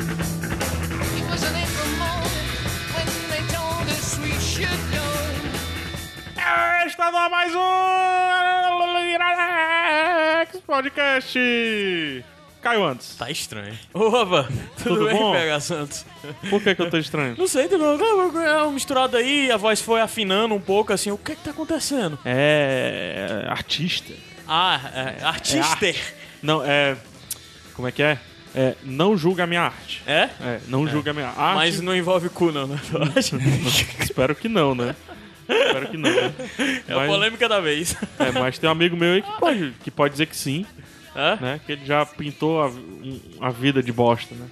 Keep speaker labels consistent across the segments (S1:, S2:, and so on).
S1: It was an April morning when they told us we should know.
S2: Está no ar mais um Iradex um Podcast. Caio antes.
S3: Tá estranho. Opa, tudo,
S2: Tudo
S3: bem,
S2: bom?
S3: PH Santos?
S2: Por que, que eu tô estranho?
S3: Não sei, deu uma misturada aí, a voz foi afinando um pouco, assim, o que é que tá acontecendo?
S2: É. artista.
S3: Ah, é, artista.
S2: É Não, é. Como é que é? É. Não julga a minha arte.
S3: É?
S2: É, não julga a minha arte.
S3: Mas não envolve cu não, né? Eu acho.
S2: Espero que não, né? Espero que não. Né?
S3: É a
S2: Mas-
S3: polêmica da vez.
S2: É, mas tem um amigo meu aí que pode, que pode dizer que sim,
S3: Hã?
S2: né? Que ele já pintou a, um- a vida de bosta, né?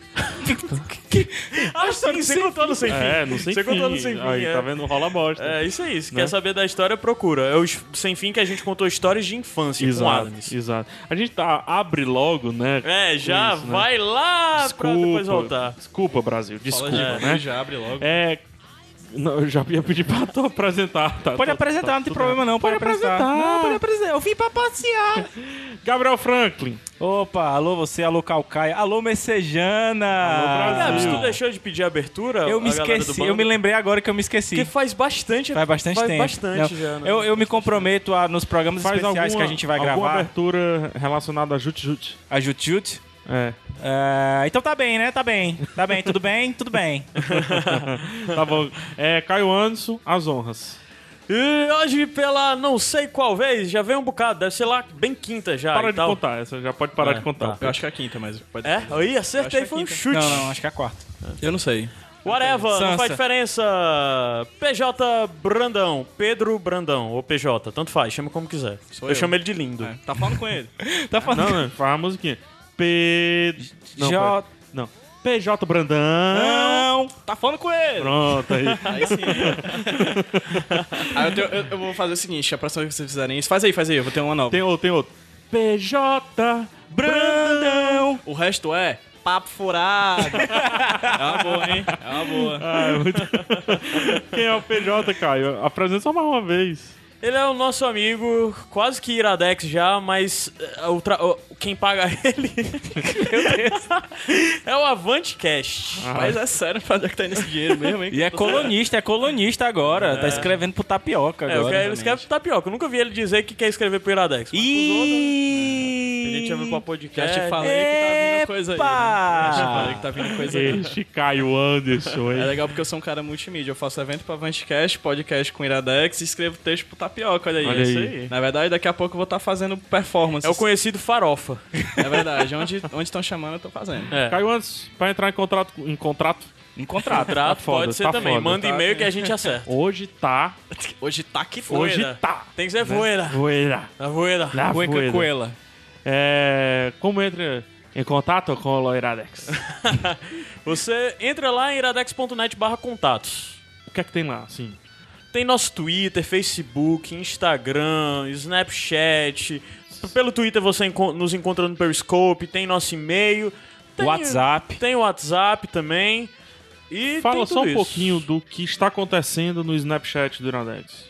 S3: Ah, sim, você contou no sem fim.
S2: É, não sei
S3: Você contou no sem fim,
S2: Aí,
S3: é.
S2: tá vendo? Rola bosta.
S3: É isso aí, se
S2: Né?
S3: quer saber da história, procura. É os sem fim que a gente contou histórias de infância com
S2: Exato,
S3: Adams.
S2: exato. A gente tá, abre logo, né?
S3: É,
S2: com
S3: já
S2: isso, né?
S3: vai lá pra depois voltar.
S2: Desculpa, Brasil. Desculpa,
S3: de-
S2: né?
S4: Já abre logo.
S2: É. Não, eu já ia pedir pra tu apresentar. tá?
S4: Pode
S2: Tá-
S4: apresentar,
S2: tá
S4: não tem
S2: tudo
S4: problema
S2: bem.
S4: não. Pode, apresentar. Não, pode apresentar. Eu vim pra passear.
S2: Gabriel Franklin.
S4: Opa, alô você, alô Calcaia, alô Messejana.
S2: Alô,
S3: Ah, Gabs,
S2: Brasil.
S3: tu deixou de pedir a abertura?
S4: Eu me
S3: a galera do
S4: esqueci,
S3: bando?
S4: eu me lembrei agora que eu me esqueci.
S3: Porque faz bastante
S4: Faz bastante tempo.
S3: bastante
S4: Não,
S3: já. né?
S4: Eu, eu me comprometo a, nos programas
S2: Faz
S4: especiais
S2: alguma,
S4: que a gente vai
S2: alguma
S4: gravar,
S2: abertura relacionada a Jut Jut.
S4: a Jutjut.
S2: É.
S4: Ah, então tá bem, né? Tá bem. Tá bem, tudo bem? Tudo bem.
S2: Tá bom. É, Caio Anderson, as honras.
S3: E hoje, pela não sei qual vez, já veio um bocado, deve ser lá bem quinta já.
S2: Para
S3: e
S2: de
S3: tal.
S2: contar, essa já pode parar
S3: Ah, então. É,
S2: de contar.
S5: Eu acho que é a quinta, mas pode
S3: É? Aí, acertei,
S5: Acho que
S3: foi
S5: é
S3: um
S5: quinta.
S3: chute.
S4: Não, não, acho que é a quarta.
S5: Eu não sei.
S3: Whatever, não
S4: Sansa.
S3: faz diferença. PJ Brandão, Pedro Brandão, ou PJ, tanto faz, chama como quiser. eu,
S5: eu.
S3: chamo ele de lindo.
S5: Tá falando com ele.
S4: Tá
S2: Não,
S4: falando.
S2: não, faz a musiquinha. P. Não,
S4: J-
S2: pera. não. PJ Brandão.
S4: Não, tá falando com ele.
S2: Pronto aí.
S5: Aí sim. aí eu, tenho- eu- eu vou fazer o seguinte: a próxima vez que vocês fizerem isso, faz aí, faz aí, eu vou ter uma nova.
S2: Tem outro, tem outro. PJ
S4: Brandão.
S5: O resto é papo furado. é uma boa, hein? É uma boa.
S2: Ah, é muito... Quem é o PJ, Caio? Apresenta só mais uma vez.
S3: Ele é o nosso amigo, quase que Iradex já, mas eh, o tra- o- quem paga ele é o Avante Cash.
S5: Mas é sério, pra onde é que tá indo esse dinheiro mesmo, hein?
S4: E é colonista, é colonista agora. Tá escrevendo pro tapioca
S3: É, eu
S4: agora.
S3: quero, ele escreve tapioca. Eu nunca vi ele dizer que quer escrever pro Iradex. Mas pros
S4: né?
S3: outros, é,
S4: E...
S3: A gente chama pra
S5: Já
S3: podcast.
S5: te falei que tá vindo coisa aí.
S4: É,
S3: Ah.
S5: né?
S4: tipo,
S5: Já te falei que tá vindo coisa aí.
S2: Este Caio Anderson,
S5: É
S2: hein?
S5: legal porque eu sou um cara multimídia. Eu faço evento pra Vantcast, podcast com Iradex e escrevo texto pro Tapioca. Olha aí.
S2: Olha
S5: É isso
S2: aí.
S5: aí. Na verdade, daqui a pouco eu vou estar fazendo performance.
S3: É o conhecido farofa.
S5: É verdade. Onde estão chamando, eu tô fazendo.
S3: É.
S2: Caio Anderson, pra entrar em contrato, em contrato
S4: Em contrato.
S3: Contrato
S2: foda,
S3: pode ser
S2: tá
S3: também.
S2: foda.
S3: Manda e-mail que a gente acerta.
S2: hoje tá.
S5: Hoje tá que foi.
S2: Hoje
S3: Voeira.
S2: tá.
S3: Tem que ser voeira.
S2: Voeira.
S3: A voeira.
S2: Na voeira.
S4: Coela.
S2: É, como entra em contato com o Loiradex?
S3: Você entra lá em iradex.net barra contatos.
S2: o que é que tem lá, assim?
S3: Tem nosso Twitter, Facebook, Instagram, Snapchat. Pelo Twitter você enco- nos encontra no Periscope, tem nosso e-mail. Tem,
S4: WhatsApp.
S3: Tem o WhatsApp também. E tem
S2: Fala
S3: tudo
S2: só um
S3: isso.
S2: pouquinho do que está acontecendo no Snapchat do Iradex.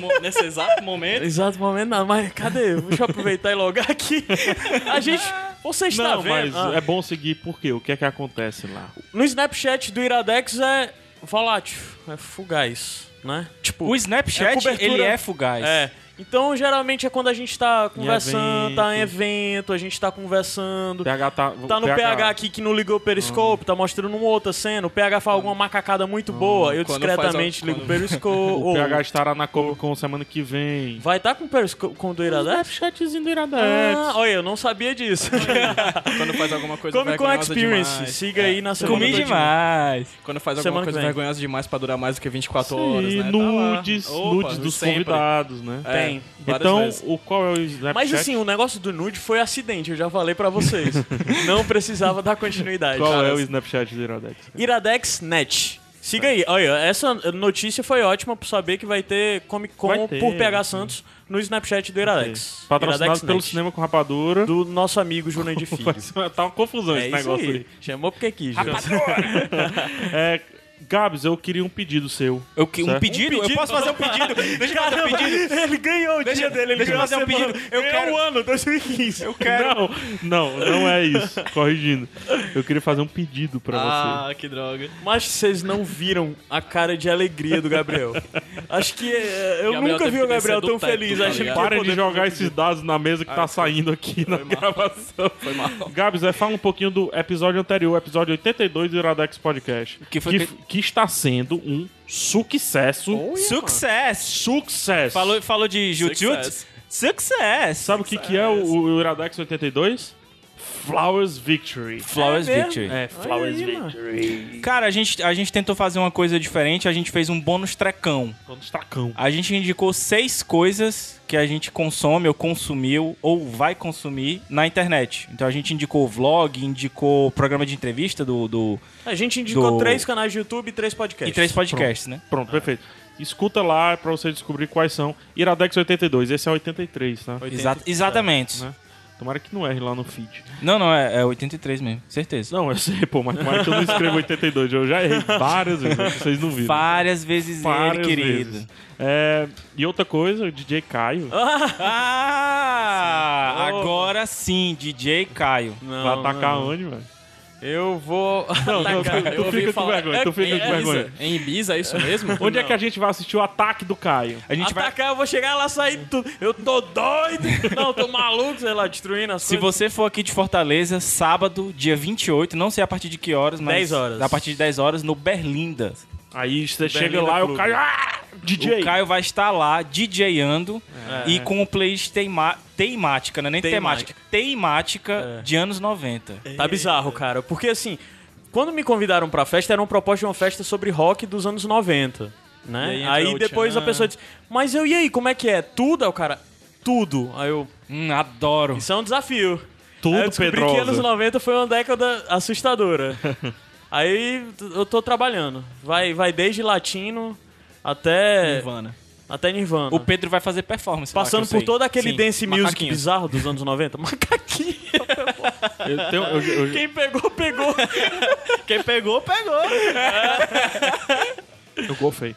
S5: Mo- Nesse exato momento.
S3: Exato momento, não, mas cadê? Deixa eu aproveitar e logar aqui. A gente. Você está
S2: Não,
S3: vendo?
S2: mas
S3: Ah.
S2: é bom seguir porque o que é que acontece lá?
S3: No Snapchat do Iradex é volátil, é fugaz, né? Tipo,
S4: O Snapchat,
S3: cobertura-
S4: ele é fugaz.
S3: é. Então, geralmente é quando a gente tá conversando, tá em
S2: evento.
S3: evento, a gente tá conversando.
S2: PH tá,
S3: Tá no PH aqui que não ligou o periscope, tá mostrando uma outra cena. O PH faz alguma macacada muito
S2: Hum,
S3: boa, eu
S5: quando faz al-
S3: discretamente ligo o
S5: quando-
S3: periscope.
S2: O
S3: ou-
S2: PH estará na Comic Con semana que vem.
S3: Vai tá com o periscope com o do Iradex?
S2: Snapchatzinho do Iradex.
S3: Ah, olha, eu não sabia disso.
S5: Quando faz alguma coisa
S3: Comic Con
S5: vergonhosa
S3: Experience,
S5: demais.
S3: siga
S2: É,
S3: aí na semana
S4: Comi
S3: do-
S4: demais.
S5: Quando faz
S3: Semana
S5: alguma
S3: que
S5: coisa
S3: vem.
S5: vergonhosa demais pra durar mais do que
S2: Isso
S5: 24
S2: aí,
S5: horas, né? Tá lá.
S2: nudes,
S5: Opa,
S2: nudes dos
S5: sempre.
S2: convidados, né?
S3: Tem.
S5: É, várias
S2: Então,
S5: vezes.
S2: o qual é o Snapchat?
S3: Mas assim, o negócio do nude foi acidente, eu já falei pra vocês. Não precisava dar continuidade.
S2: qual
S3: cara.
S2: é o Snapchat do Iradex?
S3: Iradex Net. Siga aí. Olha, essa notícia foi ótima por saber que vai ter Comic Con
S2: Vai ter,
S3: por PH
S2: vai ter.
S3: Santos no Snapchat do Iradex. Iradex
S2: Patrocinado pelo
S3: Net.
S2: Cinema com Rapadura.
S3: do nosso amigo Jurandir de Filho.
S2: tá uma confusão
S3: É
S2: esse
S3: isso
S2: negócio
S3: aí.
S2: aí.
S3: Chamou porque quis, Júlio.
S2: É, Gabs, eu queria um pedido seu.
S4: Eu, que- um,
S2: Certo.
S4: pedido? Eu posso fazer um pedido? Deixa eu fazer um pedido.
S3: Ele ganhou o
S4: Deixa-
S3: dia dele, ele
S4: deixa eu
S3: ganhou a
S4: fazer um
S3: semana.
S4: pedido. Eu
S3: Ganhou
S4: quero-
S3: o ano, 2015.
S4: Eu quero.
S2: Não, não, não é isso. Corrigindo. Eu queria fazer um pedido pra
S5: Ah, que droga.
S3: Mas vocês não viram a cara de alegria do Gabriel. Acho que eh, eu
S5: Gabriel
S3: nunca vi
S5: teve
S3: o
S5: que
S3: Gabriel
S5: descer
S3: tão
S5: do teto,
S3: feliz.
S5: tá
S3: achando que
S2: você.
S5: ligado?
S3: ia
S2: Parem de
S3: poder-
S2: jogar esses dados na mesa que tá saindo aqui na gravação.
S5: Foi mal.
S2: Gabs, é, fala um pouquinho do episódio anterior, episódio 82 do Iradex Podcast.
S4: Que foi
S2: que,
S4: que-
S2: que está sendo um sucesso.
S4: Sucesso!
S2: Sucesso!
S4: Falou, falou de Jujutsu?
S5: Sucesso.
S4: Sucesso!
S2: Sabe o que, que é o, o Iradex 82? Flowers Victory.
S4: Flowers
S3: É mesmo?
S4: Victory.
S2: É, Flowers Victory.
S4: Cara, a gente, a gente tentou fazer uma coisa diferente, a gente fez um bônus trecão.
S2: Quando estacão.
S4: A gente indicou seis coisas que a gente consome, ou consumiu, ou vai consumir na internet. Então a gente indicou vlog, indicou programa de entrevista do, do
S3: A gente indicou
S4: Do-
S3: três canais de YouTube e três podcasts.
S4: e três podcasts, né?
S2: Pronto, perfeito. Escuta lá pra você descobrir quais são. Iradex 82, esse é 83, tá?
S4: Exa- exatamente.
S2: né? Tomara que não erre lá no feed.
S4: Não, não, é, é 83 mesmo, certeza.
S2: Não, eu sei, pô, mas tomara que eu não escrevo 82. Eu já errei várias vezes, né? vocês não viram.
S4: Várias vezes ele,
S2: Várias
S4: querido.
S2: vezes. É, e outra coisa, o DJ Caio
S4: Ah, agora sim, DJ Caio.
S3: Não,
S2: vai atacar
S3: não.
S2: onde, velho?
S3: Eu vou.
S2: Não, não, tu- tu,
S5: ouvi
S2: fica com
S5: falar.
S2: vergonha, tu fica com
S5: É Ibiza?
S2: vergonha.
S5: Em Ibiza, é isso mesmo?
S2: Onde é que a gente vai assistir o ataque do Caio?
S4: A gente vai.
S3: Atacar, eu vou chegar lá, sair tudo. Eu tô doido. Não, tô maluco, sei lá, destruindo as
S4: Se
S3: coisas.
S4: você for aqui de Fortaleza, sábado, dia 28, não sei a partir de que horas, mas
S3: 10 horas.
S4: a partir de 10 horas no Berlinda.
S2: Aí você chega
S3: Berlinda
S2: lá e o
S3: Clube.
S2: Caio. Ah, DJ!
S4: O Caio vai estar lá DJando e com um playlist teima- temática, não é nem
S3: Temática.
S4: É. temática, É. temática de anos 90.
S3: Tá bizarro, cara. Porque assim, quando me convidaram pra festa, era uma proposta de uma festa sobre rock dos anos 90,
S5: E aí
S3: né?
S5: entra
S3: Aí,
S5: o
S3: depois
S5: Tchan.
S3: a pessoa disse, mas eu, e aí, como é que é? Tudo? Aí o cara, tudo. Aí eu,
S4: Hum, adoro.
S3: isso é um desafio.
S2: Tudo,
S3: aí eu descobri
S2: Pedrosa.
S3: que anos 90 foi uma década assustadora. aí t- eu tô trabalhando. Vai, vai desde latino
S4: é
S3: até
S5: Ivana.
S3: até Nirvana.
S4: O Pedro vai fazer performance. lá,
S3: Passando
S4: que eu
S3: por
S4: sei.
S3: todo aquele
S4: Sim.
S3: dance music
S4: Macaquinho.
S3: bizarro dos anos 90. Macaquinho.
S2: Eu tenho- eu- eu-
S3: Quem pegou, pegou.
S5: Quem pegou, pegou.
S2: eu golfei.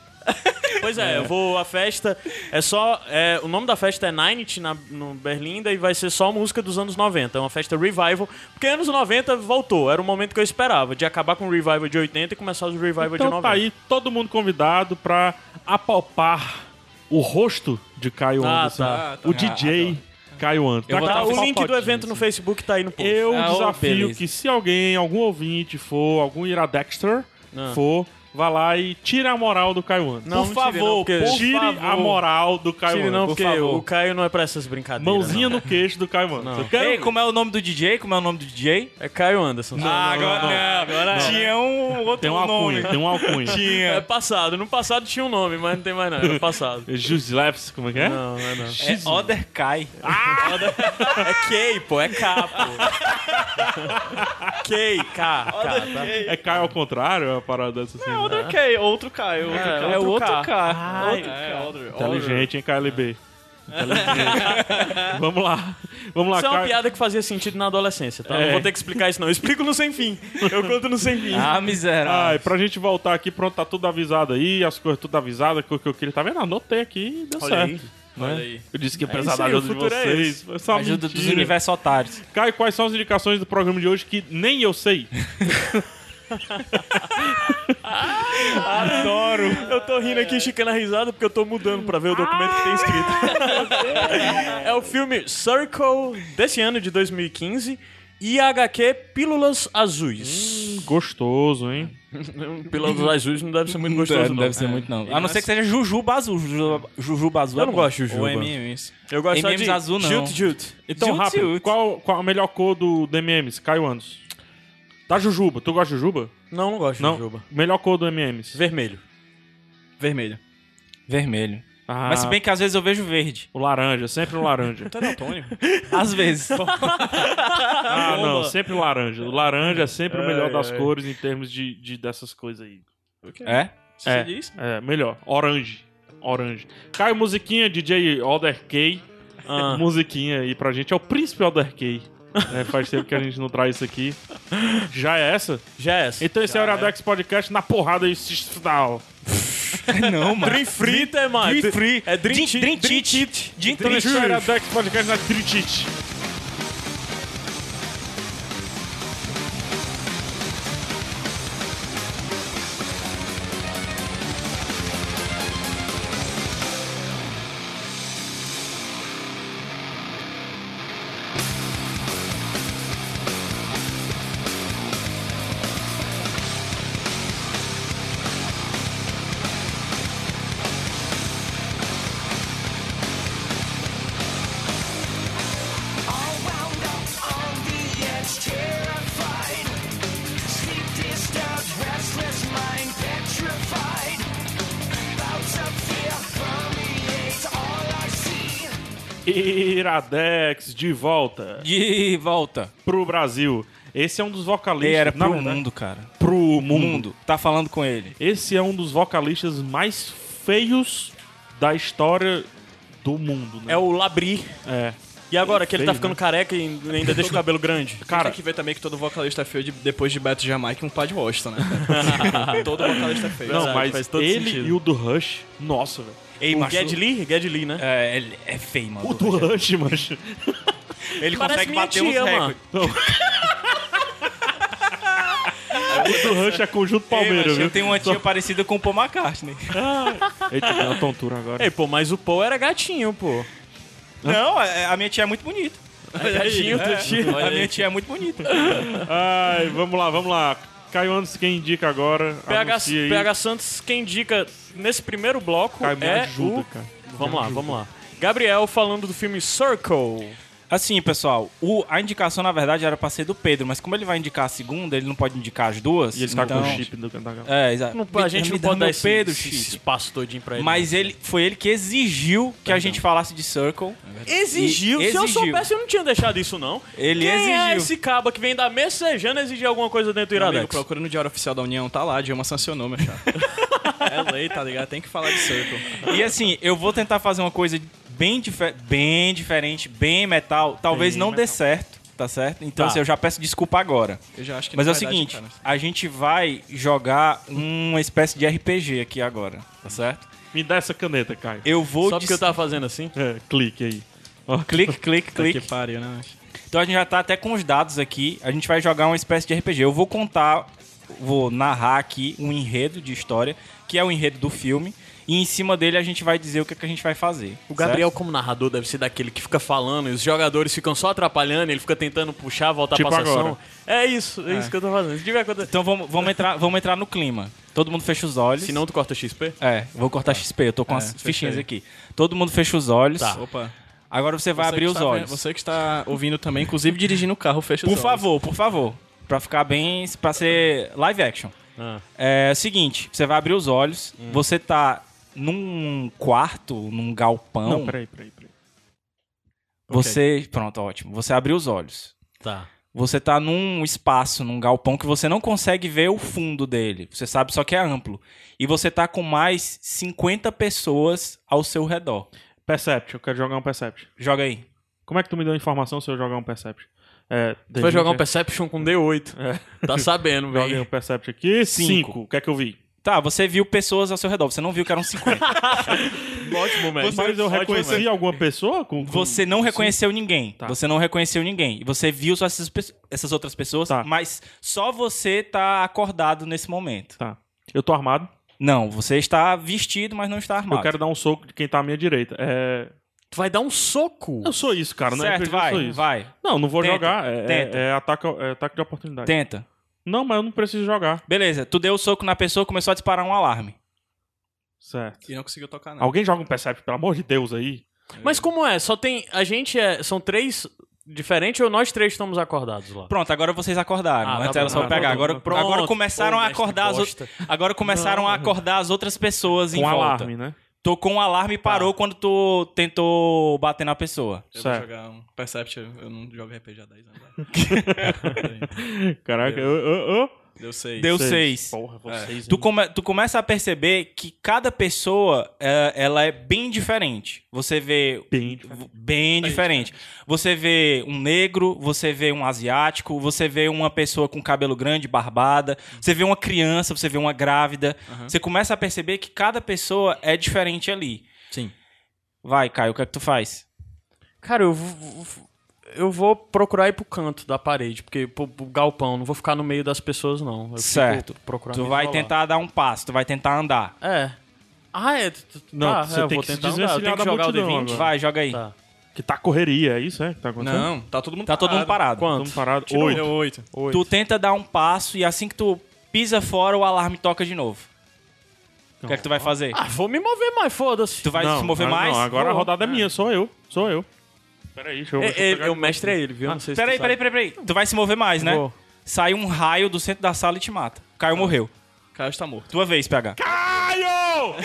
S3: Pois é, eu vou à festa. É só. é, o nome da festa é Ninety na, no Berlinda e vai ser só música dos anos 90. É uma festa revival. Porque anos 90 voltou. Era o momento que eu esperava, de acabar com o revival de 80 e começar os revival de
S2: Então
S3: 90.
S2: tá aí todo mundo convidado pra apalpar o rosto de Caio
S3: Ah,
S2: Anderson.
S3: tá,
S2: O DJ Caio Anderson.
S4: Eu vou
S3: Tá,
S4: dar
S3: o
S4: um
S3: link do
S4: pacotinho,
S3: evento no Facebook tá aí no post.
S2: Eu
S4: Ah, ô,
S2: desafio
S4: beleza.
S2: que se alguém, algum ouvinte for, algum Iradexter
S3: Ah.
S2: for, vá lá e tira a moral do Caio Anderson.
S3: Não, não
S4: por
S3: tirei, não,
S4: favor,
S3: porque-
S4: por
S2: Tire a
S4: favor.
S2: moral do Caio
S3: Tire não,
S2: Anderson.
S3: porque
S4: por favor.
S3: o Caio não é pra essas brincadeiras.
S2: Mãozinha
S3: não.
S2: no queixo do Caio Anderson.
S3: Não.
S2: Eu quero
S4: Ei,
S2: ver.
S4: como é o nome do DJ? Como é o nome do DJ?
S3: É Caio Anderson.
S4: ah, agora não, agora tinha um outro
S2: Tem um
S4: nome.
S2: alcunha, tem um alcunha.
S3: É
S4: Tinha.
S3: passado. No passado tinha um nome, mas não tem mais nada. É passado.
S2: Jusleps, como é que é?
S3: Não, não é não.
S4: É Other Kai.
S3: É K, pô, é K, pô. K, K, K. tá?
S2: É Caio ao contrário, é uma parada dessa assim.
S5: Outro K, outro K. Outro K.
S4: É o outro K.
S3: Ah,
S5: É, outro-
S2: Inteligente, hein, KLB? Inteligente. Vamos lá. Vamos lá,
S3: Isso é uma
S2: Caio.
S3: piada que fazia sentido na adolescência, tá?
S2: É.
S3: Não vou ter que explicar isso, não. Eu explico no sem fim. Eu conto no sem fim.
S4: Ah, miserável.
S2: Ah, e pra gente voltar aqui, pronto, tá tudo avisado aí, as coisas tudo avisadas, o que eu queria. Tá vendo? Anotei aqui e deu
S3: Olha
S2: certo.
S3: aí.
S5: Olha aí.
S2: Eu disse que ia
S3: É
S2: precisar
S3: isso
S2: da
S3: aí, o
S2: ajuda de
S3: futuro é
S2: vocês. Foi só
S4: Ajuda dos
S2: mentira.
S4: universos otários.
S2: Caio, quais são as indicações do programa de hoje que nem eu sei?
S3: Adoro. Eu tô rindo aqui, esticando a risada, porque eu tô mudando pra ver o documento que tem escrito. É o filme Circle, desse ano de 2015, e a HQ Pílulas Azuis.
S2: Gostoso, hein?
S3: Pílulas Azuis não deve ser muito gostoso, não.
S4: ser muito, não. A não ser que seja Jujuba Azul. Jujuba, Jujuba Azul
S3: Eu
S4: é
S3: não
S4: bom.
S3: gosto de
S5: O
S3: Juba.
S5: MMs.
S3: Eu gosto só
S4: MMs
S3: de
S4: azul, não.
S3: Jute, Jute.
S2: Então,
S4: Tchut,
S2: rápido,
S4: tchut.
S2: qual, qual a melhor cor do DMMs? Caio Anos. Da Jujuba. Tu gosta de Jujuba?
S3: Não, não gosto
S2: Não.
S3: de Juba.
S2: Melhor cor do MMs.
S3: Vermelho.
S5: Vermelho.
S4: Vermelho.
S2: Ah,
S4: Mas se bem que às vezes eu vejo verde.
S2: O laranja, sempre o laranja.
S5: Tu é daltônico?
S4: Às vezes.
S2: ah, não,
S4: Bomba.
S2: sempre o laranja. O laranja é sempre o melhor das cores em termos de, de dessas coisas aí.
S4: é?
S5: Você
S2: É.
S5: diz?
S2: É, melhor. Orange. Orange. Caio, musiquinha, DJ Other K.
S3: Ah.
S2: Musiquinha aí pra gente. É o príncipe Other K. É, faz tempo que a gente não traz isso aqui. Já é essa?
S3: Já é essa.
S2: Então esse é o Iradex Podcast na porrada aí. sistrudal.
S4: Não, mano.
S3: Dream Frita, mano.
S4: Dream Free.
S3: É Dream
S4: Dream-
S3: Cheat.
S4: Dream
S3: Dream
S4: Cheat.
S3: Cheat.
S4: Dream
S2: Então esse é o Iradex Podcast na Tritite.
S1: All wound up on the edge, terrified. Sleep disturbed, restless mind, petrified. Bouts of fear permeate all I see.
S2: Iradex de volta
S4: De volta.
S2: pro Brasil. Esse é um dos vocalistas.
S4: Ele era
S2: na
S4: pro
S2: verdade,
S4: mundo, cara.
S2: né? pro mundo.
S4: Mundo. Tá falando com ele.
S2: Esse é um dos vocalistas mais feios da história do mundo, né?
S3: É o Labri.
S2: É.
S3: E agora que ele tá
S2: Feio,
S3: ficando
S2: né?
S3: careca e ainda deixa o cabelo grande.
S2: Cara,
S5: Tem que ver também que todo vocalista é feio de- depois de Beto Jamaica e um Pad Washington, né? todo vocalista é feio.
S2: não,
S3: Exato,
S2: mas
S3: faz todo
S2: ele
S3: sentido.
S2: e o do Rush, nossa, velho.
S4: Ei,
S3: O
S4: macho.
S3: Ged Lee? Ged Lee, né?
S4: É, ele é feio, mano.
S2: O do Rush, mano.
S3: Parece
S4: Ele consegue
S3: minha
S4: bater
S3: tia,
S4: uns
S3: mano.
S4: recordes.
S2: O do Rush é conjunto
S4: Ei,
S2: Palmeiras,
S4: macho,
S2: viu?
S4: eu tenho uma tia parecida com o Paul McCartney.
S2: Eita, deu uma tontura agora.
S3: Ei, pô, mas o Paul era gatinho, pô.
S4: Não, é- a minha tia é muito bonita.
S3: Gatinho,
S4: É,
S2: né?
S3: teu tio.
S4: a minha tia é muito bonita.
S2: Ai, vamos lá, vamos lá. Caio Anderson, quem indica agora?
S3: PH,
S2: Anuncia aí.
S3: PH Santos, quem indica nesse primeiro bloco
S2: Caio, me
S3: é
S2: ajuda,
S3: o...
S2: cara. Me
S3: Vamos lá,
S2: ajuda.
S3: vamos lá. Gabriel falando do filme Circle.
S4: Assim, pessoal, o- a indicação, na verdade, era pra ser do Pedro, mas como ele vai indicar a segunda, ele não pode indicar as duas.
S2: E ele tá
S4: então...
S2: com o chip do da galera.
S4: É, exato.
S3: Não- a gente
S4: Me
S3: não
S4: dá
S3: pode
S4: meu
S3: dar esse,
S4: Pedro,
S3: esse
S4: chip.
S3: espaço todinho pra ele. né?
S4: Mas ele, foi ele que exigiu que a gente falasse de Circle.
S2: É
S3: exigiu. Se eu
S4: Exigiu.
S3: soubesse, eu não tinha deixado isso, não.
S4: Ele
S3: Quem é
S4: exigiu.
S3: esse cabo que vem da messejana exigir alguma coisa dentro do
S5: Meu Amigo,
S3: Iradex?
S5: procura no Diário Oficial da União, tá lá, Dilma sancionou, meu chapa. é lei, tá ligado? Tem que falar de Circle.
S4: E assim, eu vou tentar fazer uma coisa bem, dife- bem diferente, bem metal. Talvez
S2: Bem
S4: não dê
S2: metal.
S4: certo, tá certo? Então
S3: Tá.
S4: assim, eu já peço desculpa agora.
S5: Eu já acho que
S4: Mas é
S5: não
S4: o
S5: vai dar de
S4: seguinte,
S5: cara. assim.
S4: a gente vai jogar uma espécie de RPG aqui agora, tá certo?
S2: Me dá essa caneta, Caio.
S4: Eu vou...
S3: Só porque eu tava fazendo assim?
S2: É, clique aí. Ó,
S4: Clique, clique,
S5: Puta
S4: clique.
S5: Que pariu, né?
S4: Então a gente já tá até com os dados aqui. A gente vai jogar uma espécie de RPG. Eu vou contar, vou narrar aqui um enredo de história, que é o enredo do filme. E em cima dele a gente vai dizer o que, é que a gente vai fazer.
S3: O Gabriel, como narrador, deve ser daquele que fica falando e os jogadores ficam só atrapalhando, ele fica tentando puxar, voltar
S2: Tipo
S3: pra sessão.
S2: agora.
S3: É isso, é, isso que eu tô fazendo. Se tiver coisa.
S4: Então vamos, vamos, entrar, vamos entrar no clima. Todo mundo fecha os olhos.
S3: Se não, Tá. tu corta XP?
S4: É, vou cortar XP, eu tô com as
S5: fecha
S4: fichinhas
S5: aí.
S4: aqui. Todo mundo fecha os olhos.
S3: Tá.
S5: Opa.
S4: Agora você vai
S5: Você
S4: abrir
S5: que
S4: os
S5: está
S4: olhos.
S5: vendo- Você que está ouvindo também, inclusive dirigindo o carro, fecha os
S4: Por
S5: olhos.
S4: favor, por favor. Pra ficar bem. Pra ser live action.
S3: Ah.
S4: É o seguinte: você vai abrir os olhos,
S2: Hum.
S4: você tá num quarto, num galpão.
S2: Não, peraí, peraí, peraí.
S4: Você. Pronto, ótimo. Você abriu os olhos.
S3: Tá.
S4: Você tá num espaço, num galpão que você não consegue ver o fundo dele. Você sabe só que é amplo. E você tá com mais 50 pessoas ao seu redor.
S2: Percept, eu quero jogar um Percept.
S4: Joga aí.
S2: Como é que tu me deu a informação se eu jogar um Percept? É,
S3: Tu vai jogar um Perception com D8.
S4: É.
S3: Tá sabendo,
S2: Joguei um
S3: velho.
S2: Percept aqui.
S4: Cinco.
S2: Cinco. O que é que eu vi?
S4: Tá, você viu pessoas ao seu redor, você não viu que eram 50. um
S3: Ótimo, velho.
S2: Mas eu reconheci alguma pessoa? Com, com-
S4: Você não reconheceu ninguém.
S2: Tá.
S4: Você não reconheceu ninguém. E você viu só essas, pe- essas outras pessoas,
S2: Tá.
S4: mas só você tá acordado nesse momento.
S2: Tá. Eu tô armado.
S4: Não, você está vestido, mas não está armado.
S2: Eu quero dar um soco de quem tá à minha direita. É...
S3: Tu vai dar um soco.
S2: Eu sou isso, cara. Não é
S4: Certo,
S2: RPG, eu sou
S4: vai,
S2: isso.
S4: vai.
S2: Não, não vou
S4: Tenta,
S2: jogar. É,
S4: tenta.
S2: é- é ataque, é ataque de oportunidade.
S4: Tenta.
S2: Não, mas eu não preciso jogar.
S4: Beleza, tu deu o soco na pessoa, começou a disparar um alarme.
S2: Certo.
S5: E não conseguiu tocar
S4: Ah.
S5: nada.
S2: Alguém joga um Percept, pelo amor de Deus, aí.
S3: Mas como é? Só tem. A gente é. São três diferentes ou nós três estamos acordados lá?
S4: Pronto, agora vocês acordaram.
S3: Ah,
S4: Antes
S3: tá
S4: era
S3: bom,
S4: só
S3: tá
S4: pegar.
S3: bom.
S4: Agora,
S3: Pronto.
S4: agora começaram
S3: Ô,
S4: a
S3: mestre
S4: acordar as
S3: bosta.
S4: outras. Agora começaram a acordar as outras pessoas em
S2: Com
S4: volta.
S2: alarme, né?
S4: Tocou um alarme e
S3: Tá.
S4: parou quando tu tentou bater na pessoa.
S5: Eu
S2: Certo.
S5: vou jogar um Percept, eu eu não jogo RPG há 10 anos. né?
S2: Caraca, ô, ô, ô.
S5: Deu 6.
S4: Deu seis. É.
S2: Porra, vocês. é
S4: Tu, come- tu começa a perceber que cada pessoa é, ela é bem diferente. Você vê
S2: Bem
S4: v- bem diferente. Você vê um negro, você vê um asiático, você vê uma pessoa com cabelo grande, barbada, você vê uma criança, você vê uma grávida. Você começa a perceber que cada pessoa é diferente ali.
S5: Sim.
S4: Vai, Caio, o que é que tu faz?
S3: Cara, eu vou, eu vou procurar ir pro canto da parede, porque pro, pro galpão, não vou ficar no meio das pessoas, não. Eu
S4: Certo.
S3: Fico procurando
S4: Tu
S3: me
S4: vai
S3: isolar.
S4: tentar dar um passo, tu vai tentar andar.
S3: É. Ah, é. tu- tu-
S2: Não,
S3: tá,
S2: você
S3: é, eu
S2: tem
S3: vou
S2: que se
S3: tentar andar, eu
S2: desvencilhar
S3: tenho que
S2: da
S3: jogar o
S2: multidão
S3: D20.
S2: agora.
S4: Vai, joga aí.
S3: Tá.
S2: Que tá correria, é isso? É? Que tá acontecendo?
S5: Não, tá todo mundo
S4: Tá todo mundo parado.
S3: Quanto?
S2: Estamos parados.
S5: Tirou,
S2: Oito.
S5: deu 8.
S4: Tu tenta dar um passo e assim que tu pisa fora, o alarme toca de novo. O que é que tu vai fazer?
S3: Ah, vou me mover mais, foda-se. É,
S4: Tu vai
S2: não,
S4: se mover
S2: agora
S4: mais?
S2: Não, agora a
S3: Vou.
S2: rodada é minha, sou eu. Sou eu. Peraí, deixa eu.
S3: É,
S2: deixa eu
S3: é,
S2: pegar
S3: é, o
S2: aqui.
S3: mestre é ele, viu? Não sei se tu
S4: Ah, Peraí,
S3: sabe.
S4: peraí, peraí, peraí. Tu vai se mover mais, né?
S3: Vou.
S4: Sai um raio do centro da sala e te mata. Caio morreu.
S5: Caio está tá morto.
S4: Tua vez, PH.
S2: Caio!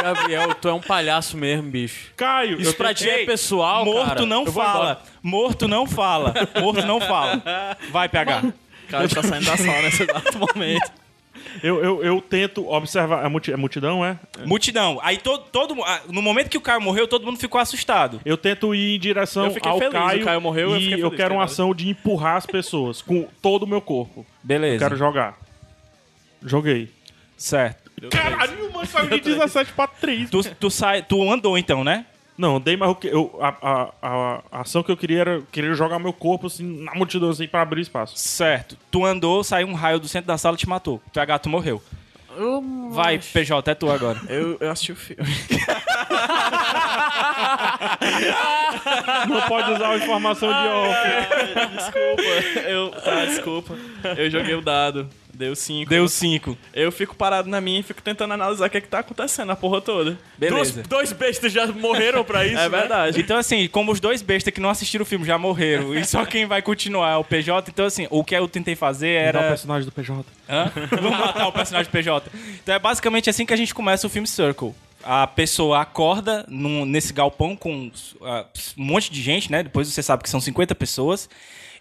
S3: Gabriel, tu é um palhaço mesmo, bicho.
S2: Caio!
S3: Isso
S2: eu
S3: pra
S2: tenho-
S3: ti é pessoal,
S4: Morto
S3: cara.
S4: não
S3: Eu vou embora.
S4: fala. Morto não fala. Morto não fala. Vai, PH.
S5: Caio está tá saindo da sala nesse exato momento.
S2: Eu, eu, eu tento observar. É multi- é multidão, é?
S4: Multidão. Aí todo, todo mu- ah, no momento que o Caio morreu, todo mundo ficou assustado.
S2: Eu tento ir em direção
S5: Eu fiquei
S2: ao
S5: feliz, o
S2: Caio.
S5: Caio morreu, eu
S2: e
S5: fiquei
S2: eu
S5: feliz,
S2: quero uma
S5: cara.
S2: ação de empurrar as pessoas com todo o meu corpo. Eu
S4: Beleza.
S2: quero jogar. Joguei.
S4: Certo.
S2: Caralho, mano, saiu de 17 pra 3.
S4: Tu, tu, sai, tu andou então, né?
S2: Não, dei mais o que. Eu, a, a, a- a ação que eu queria era querer jogar meu corpo assim, na multidão assim, pra abrir espaço.
S4: Certo. Tu andou, saiu um raio do centro da sala e te matou. PH, tu é morreu. Vai, PJ, é tu agora.
S5: Eu, eu assisti o filme.
S2: Não pode usar a informação de off.
S5: Desculpa. Eu, tá, desculpa. Eu joguei o dado. Deu 5.
S4: Deu cinco.
S5: Eu fico parado na minha e fico tentando analisar o que é que tá acontecendo a porra toda.
S3: Duas-
S4: Beleza.
S3: dois bestas já morreram pra isso, né?
S5: É verdade.
S4: Então, assim, como os dois bestas que não assistiram o filme já morreram, e só quem vai continuar é o PJ, então, assim, o que eu tentei fazer
S2: Era o
S4: era.
S2: personagem do PJ.
S4: Hã? Vamos matar o personagem do PJ. Então, é basicamente assim que a gente começa o filme Circle. A pessoa acorda num- nesse galpão com ah, um monte de gente, né? Depois você sabe que são 50 pessoas.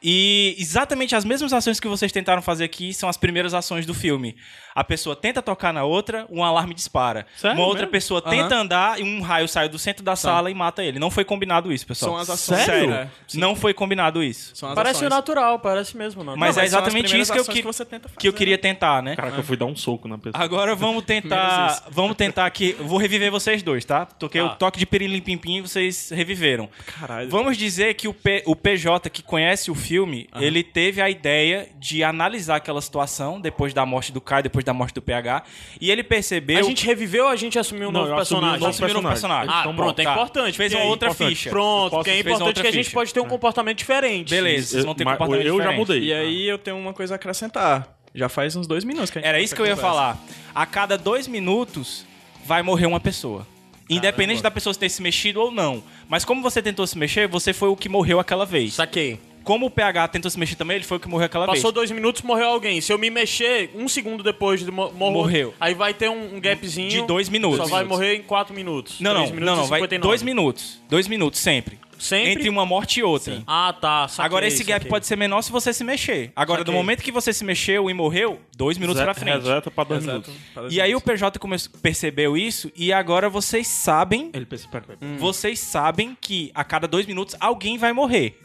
S4: E exatamente as mesmas ações que vocês tentaram fazer aqui são as primeiras ações do filme. A pessoa tenta tocar na outra, um alarme dispara.
S2: Sério
S4: Uma outra
S2: mesmo?
S4: pessoa tenta andar e um raio sai do centro da sala e mata ele. Não foi combinado isso, pessoal.
S5: São as ações.
S4: Sério?
S5: É, sim.
S4: Não foi combinado isso.
S5: São as
S3: Parece o
S5: ações.
S3: natural, parece mesmo, não.
S4: Mas é
S5: Não, são as
S4: exatamente
S5: primeiras
S4: isso que eu
S5: ações
S4: que-
S5: você tenta
S4: Que eu
S5: fazer.
S4: queria tentar, né?
S2: Caraca, eu fui dar um soco na pessoa.
S4: Agora vamos
S5: Menos
S4: tentar. vamos tentar aqui. Vou reviver vocês dois, tá? Toquei o toque de pirim-pim-pim e vocês reviveram.
S5: Caralho.
S4: Vamos dizer que o, P- o PJ que conhece o filme, ele teve a ideia de analisar aquela situação depois da morte do Kai, depois da morte do PH, e ele percebeu.
S3: A gente reviveu ou a gente assumiu um
S2: Não,
S3: novo
S2: eu assumi um
S3: personagem?
S2: novo
S4: assumiram um personagem.
S2: Eles
S3: Ah,
S2: tão
S3: pronto, é
S4: tá.
S3: importante.
S4: Fez
S3: porque
S4: uma
S3: aí-
S4: outra
S2: importante.
S4: ficha.
S3: Pronto,
S4: Posso-
S3: porque é
S4: fez uma
S3: importante
S4: outra
S3: que a gente
S4: ficha.
S3: pode ter um comportamento diferente.
S5: Ah,
S4: Beleza, vocês vão ter
S2: Mas
S4: comportamento
S2: Eu já
S4: diferente.
S2: mudei.
S5: E aí eu tenho uma coisa a acrescentar. Já faz uns dois minutos que a gente
S4: Era
S5: tá
S4: isso que eu ia
S5: conversa.
S4: falar. A cada dois minutos vai morrer uma pessoa. Independente da pessoa ter se mexido ou não. Mas como você tentou se mexer, você foi o que morreu aquela vez.
S3: Saquei.
S4: Como o PH tentou se mexer também, ele foi o que morreu aquela
S3: Passou
S4: vez.
S3: dois minutos, morreu alguém. Se eu me mexer, um segundo depois de mo morro,
S4: Morreu.
S3: Aí vai ter um, um gapzinho.
S4: De dois minutos.
S3: Só vai morrer em quatro minutos.
S4: Não, não,
S3: Três minutos
S4: não, não,
S3: e
S4: vai
S3: 59.
S4: dois minutos. Dois minutos, sempre.
S3: Sempre?
S4: Entre uma morte e outra.
S3: Ah, tá. Saquei,
S4: Agora esse gap
S3: saquei.
S4: pode ser menor se você se mexer. Agora, do
S3: Saquei.
S4: momento que você se mexeu e morreu, dois minutos
S2: Zé-
S4: pra frente.
S2: Reseta pra dois
S5: Exato.
S2: minutos.
S5: Faz
S4: E aí
S5: isso.
S4: o PJ come- percebeu isso e agora vocês sabem
S2: Ele pensa, pera, pera,
S3: Hum.
S2: pera.
S4: vocês sabem que a cada dois minutos alguém vai morrer.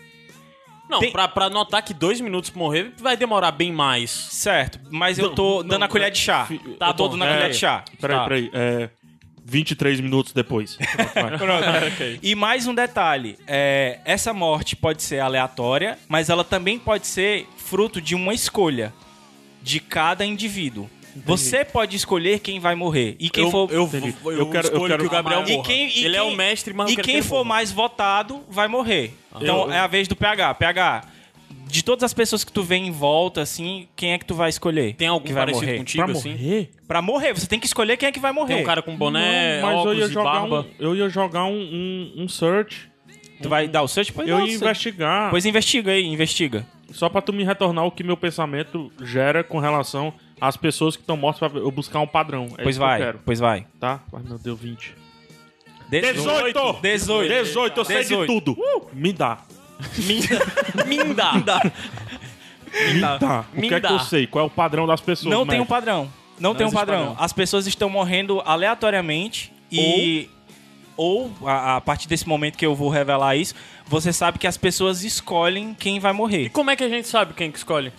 S3: Não,
S4: tem-
S3: pra, pra notar que dois minutos pra morrer vai demorar bem mais.
S4: Certo, mas eu tô dando a colher de chá.
S3: Tá
S4: eu tô
S3: bom,
S4: dando a
S3: é.
S4: colher de chá.
S2: Peraí,
S4: Tá.
S2: peraí. É, 23 minutos depois. é
S4: E mais um detalhe: é, essa morte pode ser aleatória, mas ela também pode ser fruto de uma escolha de cada indivíduo. Você pode escolher quem vai morrer. E quem
S3: eu,
S4: for.
S3: eu,
S2: Entendi.
S3: eu,
S2: Eu quero- eu
S3: escolho
S2: quero-
S3: que o Gabriel
S4: E
S3: morra.
S4: quem- e
S3: ele é
S4: quem-
S3: o mestre, mas eu
S4: E
S3: quero
S4: quem
S3: que ele
S4: for
S3: morra. Ah.
S4: mais votado vai morrer. Então
S2: Eu-
S4: é a vez do PH. PH, de todas as pessoas que tu vê em volta, assim, quem é que tu vai escolher?
S3: Tem algum
S4: que vai
S3: parecido
S4: morrer?
S3: contigo, assim?
S4: Pra morrer, você tem que escolher quem é que vai morrer.
S3: Tem um cara com boné,
S2: Não, mas eu ia
S3: óculos e
S2: jogar,
S3: barba.
S2: um, eu ia jogar um, um, um search.
S4: Tu vai dar o search? Pois
S2: Eu
S4: dá o
S2: ia
S4: search.
S2: investigar.
S4: Pois investiga aí, investiga.
S2: Só pra tu me retornar o que meu pensamento gera com relação as pessoas que estão mortas pra eu buscar um padrão. É
S4: Pois
S2: isso que
S4: vai,
S2: eu quero,
S4: pois vai.
S2: tá? Ai, meu Deus, 20.
S4: De-
S2: 18!
S4: 18!
S2: 18, eu sei de
S4: 18.
S2: tudo. Me dá.
S3: Minda.
S2: Me dá. O
S3: Me
S2: que é que
S3: dá.
S2: eu sei? Qual é o padrão das pessoas?
S4: Não tem um
S2: mestre?
S4: padrão. Não, tem um
S3: existe
S4: padrão.
S3: padrão.
S4: As pessoas estão morrendo aleatoriamente e. Ou, a, a partir desse momento que eu vou revelar isso, você sabe que as pessoas escolhem quem vai
S3: E
S4: morrer.
S3: como é que a gente sabe quem que escolhe?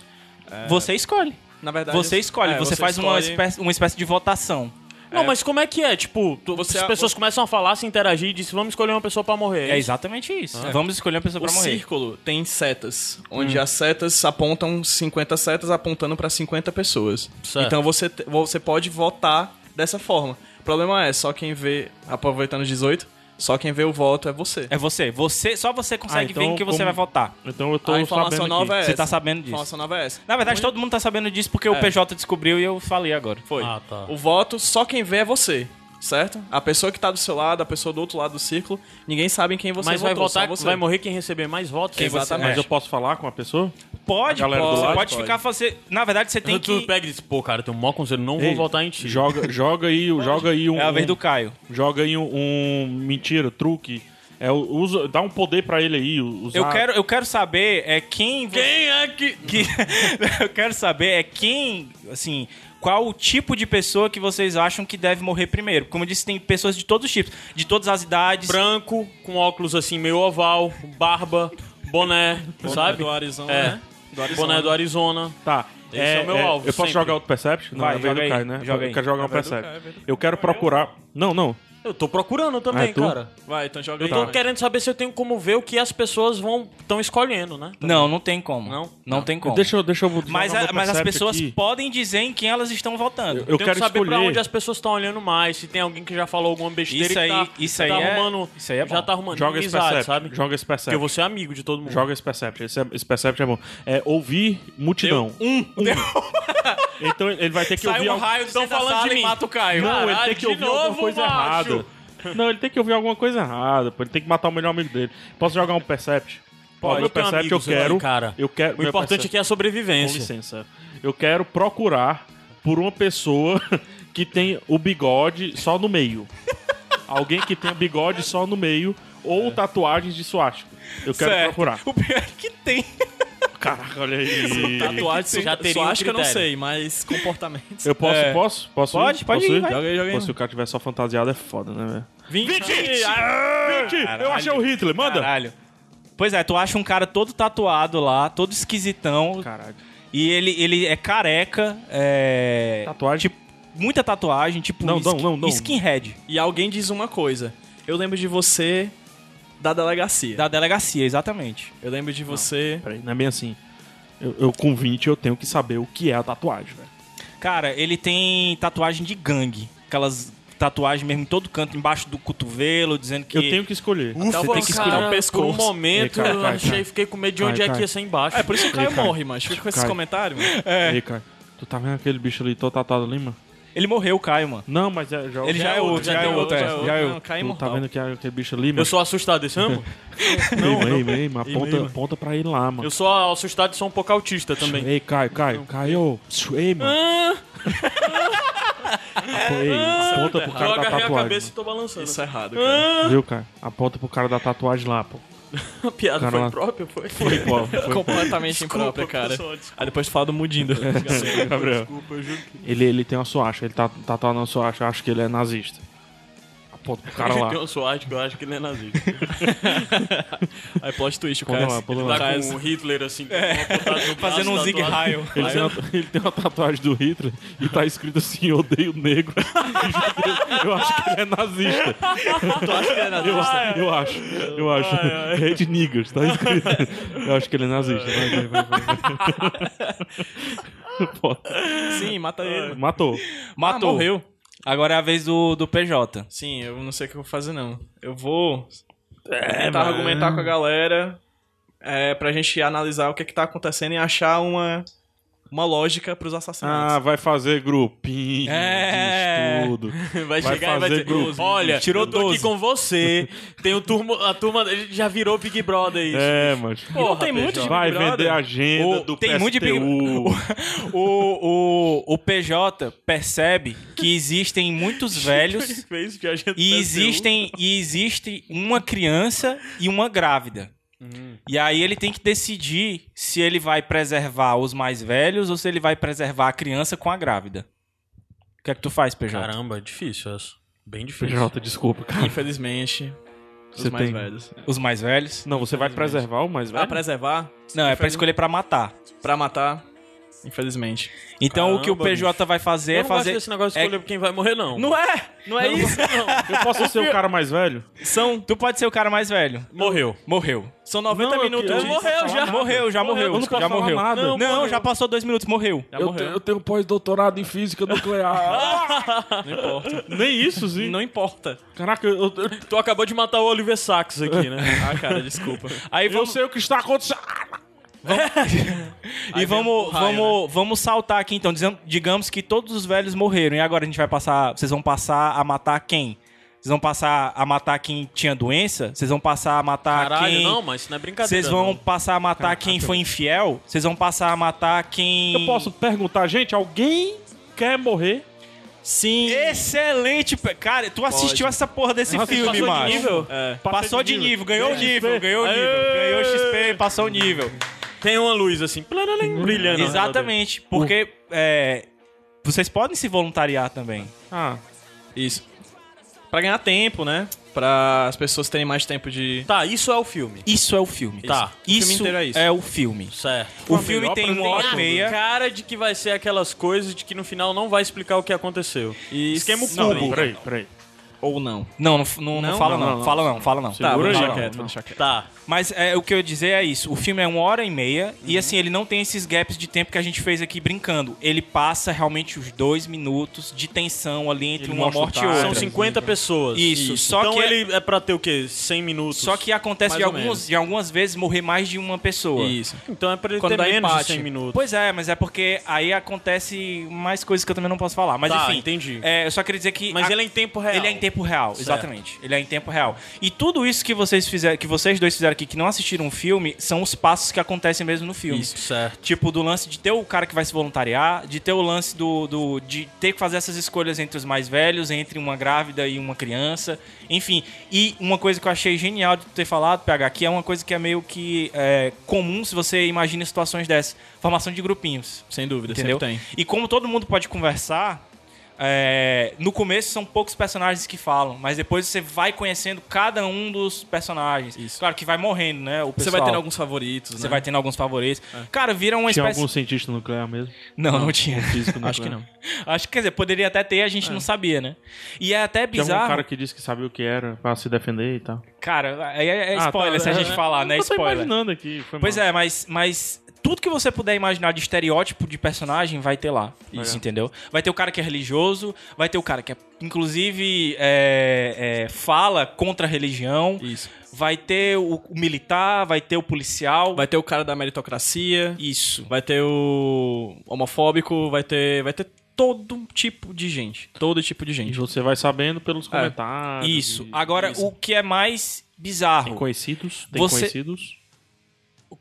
S2: É.
S4: Você escolhe.
S5: Na verdade,
S4: Você escolhe.
S5: é,
S4: você, faz Uma,
S5: escolhe-
S4: espécie, uma espécie de votação.
S3: Não, mas como é que é? Tipo, tu-
S5: Você-
S3: as pessoas começam a falar, se interagir e dizem, vamos escolher uma pessoa pra morrer.
S4: É exatamente isso.
S2: Ah.
S4: Vamos escolher uma pessoa
S5: O
S4: pra morrer.
S5: círculo tem setas, onde as setas apontam 50 setas apontando pra 50 pessoas.
S3: Certo.
S5: Então você, te- você pode votar dessa forma. O problema é, só quem vê, aproveitando os 18, só quem vê o voto é você.
S4: É você. Você Só você consegue
S2: então
S4: ver em que você
S2: como-
S4: vai votar.
S2: Então eu tô
S5: A informação
S2: sabendo
S5: nova
S2: aqui.
S5: é
S4: Você
S5: essa.
S4: tá sabendo disso.
S5: A informação nova é essa.
S4: Na verdade, todo mundo tá sabendo disso porque o PJ descobriu e eu falei agora.
S5: Foi.
S3: Ah, tá.
S5: O voto, só quem vê é você. Certo? A pessoa que tá do seu lado, a pessoa do outro lado do círculo, ninguém sabe em quem você
S3: Mas vai
S5: votou, só
S3: votar,
S5: você.
S3: vai morrer quem receber mais votos.
S5: Quem
S3: Você-
S5: votar
S2: Mas eu posso falar com a pessoa?
S4: Pode,
S2: A galera do
S4: pode. Você
S2: lado
S4: pode
S5: pode.
S4: ficar fazendo. Na verdade, você tem
S3: tu
S4: que.
S3: pega e diz, pô, cara, tem um mó conselho, não
S2: Ei,
S3: vou votar em ti.
S2: Joga, joga aí, joga aí um.
S4: É a vez
S2: um-
S4: do Caio.
S2: Joga aí um, um- mentira, truque. É, o- usa, dá um poder pra ele aí. u- Usar,
S4: Eu quero, eu quero saber é quem. vo-
S3: Quem é que...
S4: que- eu quero saber é quem, assim, qual o tipo de pessoa que vocês acham que deve morrer primeiro. Como eu disse, tem pessoas de todos os tipos, de todas as idades.
S3: Branco, com óculos assim, meio oval, barba, boné, sabe?
S5: do Arizona,
S3: é.
S5: né?
S3: Boné do Arizona.
S2: Tá.
S3: Esse é o meu alvo
S2: Eu posso
S3: sempre.
S2: jogar outro Percept? Não, é
S4: Vai,
S2: a vez
S4: joga
S2: do
S4: aí,
S2: Caio, né?
S4: joga aí.
S2: eu quero jogar um Percept. Eu quero procurar. Não, não.
S3: Eu tô procurando também,
S2: Ah, é tu?
S3: cara.
S5: Vai, então joga
S3: Eu
S5: aí.
S3: tô querendo saber se eu tenho como ver o que as pessoas vão estão escolhendo, né?
S4: Não, não tem como.
S3: Não?
S4: não, tem como.
S2: Deixa eu. Deixa eu
S4: mas
S2: jogar
S4: a-
S2: meu
S4: mas as
S2: Percept
S4: pessoas
S2: aqui.
S4: podem dizer em quem elas estão votando.
S2: Eu
S3: tenho
S2: quero
S3: que saber
S2: escolher.
S3: pra onde as pessoas estão olhando mais, se tem alguém que já falou alguma besteira
S4: Isso
S3: e
S4: aí-
S3: tá,
S4: isso
S3: tá
S4: aí é-
S3: arrumando,
S4: isso aí é bom.
S3: já tá arrumando
S2: Joga esse
S3: inimizade,
S2: Percept.
S3: sabe?
S2: Joga esse
S3: Porque
S2: Percept.
S3: você é amigo de todo mundo.
S2: Joga esse Percept. Esse, é- esse Percept é bom. É ouvir multidão. Um. então ele vai ter que
S3: Sai
S2: ouvir.
S3: um
S2: algum-
S3: raio
S5: Estão
S3: dentão falando de mim. é
S5: mata o Caio.
S2: Não, ele
S3: Caralho,
S2: tem que
S3: de
S2: ouvir alguma
S3: novo,
S2: coisa
S3: macho.
S2: errada. Não, ele tem que ouvir alguma coisa errada, pô. Ele tem que matar o melhor amigo dele. Posso jogar um Percept?
S3: Pode,
S2: Ó,
S3: eu
S2: meu
S3: tenho
S2: Percept eu
S3: amigos,
S2: quero.
S3: olha, cara.
S2: Eu quero.
S3: O importante aqui é a
S2: Com
S3: sobrevivência.
S2: licença. Eu quero procurar por uma pessoa que tem o bigode só no meio. Alguém que tem o bigode só no meio ou tatuagens de suástica. Eu quero
S4: Certo.
S2: procurar.
S4: O pior é que tem.
S2: Caraca, olha aí.
S5: Tatuagem,
S3: Já
S5: já
S3: teria
S5: teria
S3: um
S5: acho que eu não
S3: critério.
S5: sei, mas comportamentos.
S2: Eu posso,
S4: É.
S2: posso? Posso?
S4: Pode, pode
S2: posso
S4: ir, vai.
S5: Joga aí, joga aí.
S2: Pô, se o cara tiver só fantasiado é foda, né, velho?
S4: 20.
S2: Mentira, Eu achei o Hitler, manda!
S4: Caralho. Pois é, tu acha um cara todo tatuado lá, todo esquisitão,
S2: Caralho.
S4: e ele, ele é careca, é.
S2: Tatuagem.
S4: Tipo, muita tatuagem, tipo
S2: Não, não, não, não.
S4: skinhead
S5: E alguém diz uma coisa. Eu lembro de você da delegacia.
S4: da delegacia, exatamente.
S5: Eu lembro de você.
S2: Peraí, não é bem assim. Eu, eu com 20 eu tenho que saber o que é a tatuagem, velho.
S4: Cara, ele tem tatuagem de gangue, aquelas tatuagens mesmo em todo canto, embaixo do cotovelo, dizendo que
S2: Eu tenho que escolher.
S4: você tem que escolher o
S3: Cara, por um
S4: pescoço.
S3: momento,
S2: Ei, cara,
S3: eu
S2: cai,
S3: achei,
S2: cai.
S3: fiquei com medo de
S2: Cai,
S3: onde é
S2: cai.
S3: que ia ser embaixo.
S5: É por isso que o Caio
S2: cara.
S5: morre, mas fica com esses
S2: Cara.
S5: comentários. mano.
S3: É.
S2: Ei, cara, tu tá vendo aquele bicho ali todo tatuado ali, mano?
S4: Ele morreu, Caio, mano.
S2: Não, mas é, já,
S4: Ele já, é outro, já,
S3: já
S4: é
S3: tem
S4: outro,
S3: outro,
S4: é,
S3: já é
S4: já é
S5: Não,
S4: outro.
S5: Caio
S2: Tu tá
S5: imortal.
S2: vendo que é aquele bicho ali, mano?
S3: Eu sou assustado, esse amo?
S2: Ei, ei, ei, mas aponta, aponta pra ele lá, mano.
S3: Eu sou assustado e sou um pouco autista também. Ah.
S2: Ei, Caio, Caio, Caio. Psiu, Ei, mano. Pô, Ei, aponta pro
S3: eu
S2: cara da
S3: agarrei a
S2: tatuagem.
S3: cabeça e tô balançando.
S5: Isso é errado,
S3: Ah,
S5: cara.
S2: mano. Viu, cara? Aponta pro cara da tatuagem lá, pô.
S3: A piada
S2: Cara, lá.
S3: foi própria, foi?
S2: Foi, pô. Foi, pô.
S5: Completamente imprópria, cara. Aí depois tu fala do Mudindo.
S2: Gabriel. Ele, ele tem uma suacha, ele tá tatuado na suacha, eu acho que ele é nazista. Aponta pro cara lá.
S3: Tem um suave que eu acho que ele é nazista.
S5: Aí plot twist, o
S2: Pula
S5: cara.
S2: lá, pula
S3: Ele
S2: lá.
S3: tá com o Hitler assim, com uma pontada no braço, tá
S4: Fazendo um
S3: tatuado.
S4: zig raio.
S2: Ele tem, uma, ele tem uma tatuagem do Hitler e tá escrito assim: Eu odeio negro. e judeu. Eu acho que ele é nazista.
S5: Tu acha que ele é nazista?
S2: Eu, acho, eu acho, eu acho. Hate niggas, tá escrito. Eu acho que ele é nazista. Vai, vai, vai, vai, vai. Pô,
S5: Sim,
S3: Ah,
S5: mata ele. mano.
S2: Matou.
S4: Matou.
S5: morreu.
S4: Agora é a vez do, do PJ.
S5: Sim, eu não sei o que eu vou fazer, não. Eu vou tentar argumentar é, com a galera é, pra gente analisar o que, que tá acontecendo e achar uma, uma lógica pros assassinatos.
S2: Ah, vai fazer grupinho
S4: É.
S2: de estudo.
S3: Vai,
S2: Vai
S3: chegar e vai
S2: fazer
S3: dizer,
S2: grupo.
S3: olha,
S4: Tirou
S3: eu tô
S4: 12.
S3: aqui com você. Tem o turmo, a turma já virou Big Brother isso.
S2: É, mano.
S3: Porra,
S5: tem
S3: PJ.
S5: muito de
S2: Vai
S5: Brother.
S2: vender a agenda
S4: O-
S2: do
S4: tem
S2: PSTU.
S4: muito de Big- O, o, o PJ percebe que existem muitos velhos
S3: Fez de agenda
S4: e
S3: do
S4: existem e existe uma criança e uma grávida. E aí ele tem que decidir se ele vai preservar os mais velhos ou se ele vai preservar a criança com a grávida. O que é que tu faz,
S3: PSTU.
S4: PJ?
S3: Caramba, difícil essa. Bem difícil.
S2: PJ, desculpa,
S3: Ah.
S2: cara.
S5: Infelizmente, os
S2: Você
S5: mais
S2: tem-
S5: velhos.
S4: Os mais velhos?
S2: Não, você vai preservar o mais
S5: Pra
S2: velho?
S5: preservar,
S4: Não, é pra escolher pra matar.
S5: pra matar, infelizmente.
S4: Então o que o
S3: Caramba,
S4: PJ vai fazer
S3: eu
S4: é
S3: não
S4: fazer
S3: gosto desse negócio de
S4: é-
S3: escolher quem vai morrer, não.
S5: Não é! Não é isso!
S4: Ah,
S2: Eu posso ser o cara mais velho?
S5: São,
S4: Tu pode ser o cara mais velho.
S3: Morreu.
S4: Morreu.
S5: são
S2: Não,
S5: 90
S2: eu
S5: minutos
S2: quero-
S5: de...
S3: Morreu já.
S4: Morreu, já morreu.
S2: eu não posso
S4: já
S2: falar
S4: morreu.
S2: nada.
S4: Não,
S3: Não,
S4: já passou dois minutos, morreu.
S5: Já morreu.
S2: tenho pós-doutorado em física nuclear. Nem isso, sim.
S5: Não importa.
S2: Caraca, eu, eu,
S3: Tu acabou de matar o Oliver Sacks aqui, né?
S5: Ah, cara, desculpa.
S4: Aí
S2: eu
S4: vamos,
S2: sei o que está acontecendo. Ah,
S4: e
S3: um né?
S4: vamos,
S5: raio,
S4: vamos, vamos saltar aqui então. Dizem- Digamos que todos os velhos morreram. E agora a gente vai passar. Vocês vão passar a matar quem? Vocês vão passar a matar quem tinha doença? Vocês vão passar a matar
S3: Caralho,
S4: quem.
S3: não, mas isso não é brincadeira.
S4: Vocês vão
S3: não.
S4: passar a matar quem foi infiel? Vocês vão passar a matar quem.
S2: Eu posso perguntar, gente, alguém quer morrer?
S4: Sim. Excelente. pe- Cara, tu assistiu essa porra desse filme,
S3: passou de
S4: macho.
S3: nível?
S5: É.
S4: Passou de nível, ganhou o nível, ganhou o nível, ganhou o XP, passou o nível.
S3: Tem uma luz assim, planalim, brilhando.
S4: Exatamente, porque é, vocês podem se voluntariar também.
S2: Ah,
S5: Isso. Pra ganhar tempo, né? Pra as pessoas terem mais tempo de...
S3: Tá, isso é o filme.
S4: Isso é o filme.
S3: Tá,
S5: o filme
S4: Isso,
S5: inteiro é isso.
S4: é o filme.
S3: Certo.
S4: O filme é tem uma hora e
S3: a
S4: meia.
S3: cara de que vai ser aquelas coisas de que no final não vai explicar o que aconteceu.
S5: E
S3: Esquema o
S5: não,
S3: cubo.
S2: peraí, peraí.
S5: Ou não.
S4: Não, não, não, não
S5: Não?
S4: fala
S5: Não,
S4: não,
S5: não, não.
S4: fala não, fala não.
S5: Tá, vou
S2: Segura aí.
S5: deixar
S2: Não,
S5: quieto, vou
S2: não.
S5: deixar quieto.
S3: Tá.
S4: Mas é, o que eu ia dizer é isso. O filme é uma hora e meia e assim, ele não tem esses gaps de tempo que a gente fez aqui brincando. Ele passa realmente os dois minutos de tensão ali entre
S2: Ele
S4: uma
S2: mostra o
S4: morte e
S2: time.
S4: outra.
S3: São 50 pessoas.
S4: Isso, só
S3: então
S4: que é-
S3: ele é pra ter o quê? 100 minutos.
S4: Só que acontece de,
S5: Mais ou
S4: alguns,
S5: menos.
S4: de algumas vezes morrer mais de uma pessoa.
S5: Isso.
S3: Então é pra ele
S5: Quando
S3: ter
S5: dá
S3: menos de
S5: empate.
S3: 100 minutos.
S4: Pois é, mas é porque aí acontece mais coisas que eu também não posso falar. Mas
S3: Tá,
S4: enfim.
S3: entendi.
S4: É, eu só queria dizer que.
S3: Mas
S4: a-
S3: ele é em tempo real.
S4: Ele é em tempo real,
S3: Certo.
S4: exatamente. Ele é em tempo real. E tudo isso que vocês fizeram, que vocês dois fizeram aqui, que não assistiram o filme, são os passos que acontecem mesmo no filme.
S3: Isso, certo.
S4: Tipo, do lance de ter o cara que vai se voluntariar, de ter o lance do, do- de ter que fazer essas escolhas entre os mais velhos, entre uma grávida e uma criança. Enfim, e uma coisa que eu achei genial de tu ter falado, PH, que é uma coisa que é meio que é, comum se você imagina situações dessas. Formação de grupinhos.
S5: Sem dúvida,
S4: Entendeu?
S5: sempre tem.
S4: E como todo mundo pode conversar, é, no começo são poucos personagens que falam, mas depois você vai conhecendo cada um dos personagens.
S5: Isso.
S4: Claro que vai morrendo, né? O
S5: Você
S4: pessoal.
S5: vai tendo alguns favoritos,
S4: Você
S5: né?
S4: vai tendo alguns favoritos. Cara, vira uma
S2: Tinha
S4: espécie.
S2: algum cientista nuclear mesmo?
S4: Não, não, tinha.
S2: Físico nuclear?
S5: Acho que não.
S4: Acho que, quer dizer, poderia até ter, a gente não sabia, né? E é até
S2: Tinha
S4: bizarro.
S2: algum cara que disse que sabia o que era pra se defender e tal.
S4: Cara, é, é- é
S2: Ah,
S4: spoiler
S2: tá,
S4: se a
S2: é,
S4: gente
S2: é.
S4: falar, né?
S2: Eu tô
S4: Spoiler.
S2: imaginando aqui. Foi
S4: Pois é, mas, mas tudo que você puder imaginar de estereótipo de personagem vai ter lá. Isso, entendeu? Vai ter o cara que é religioso, vai ter o cara que é, inclusive, é, é, fala contra a religião,
S5: Isso.
S4: vai ter o, o militar, vai ter o policial.
S5: Vai ter o cara da meritocracia,
S4: Isso.
S5: vai ter o homofóbico, vai ter, vai ter todo tipo de gente, todo tipo de
S2: E
S5: gente.
S2: você vai sabendo pelos comentários.
S4: É. Isso.
S2: e-
S4: Agora, o que é mais bizarro.
S2: Tem conhecidos? Tem
S4: Hum. Você-
S2: conhecidos?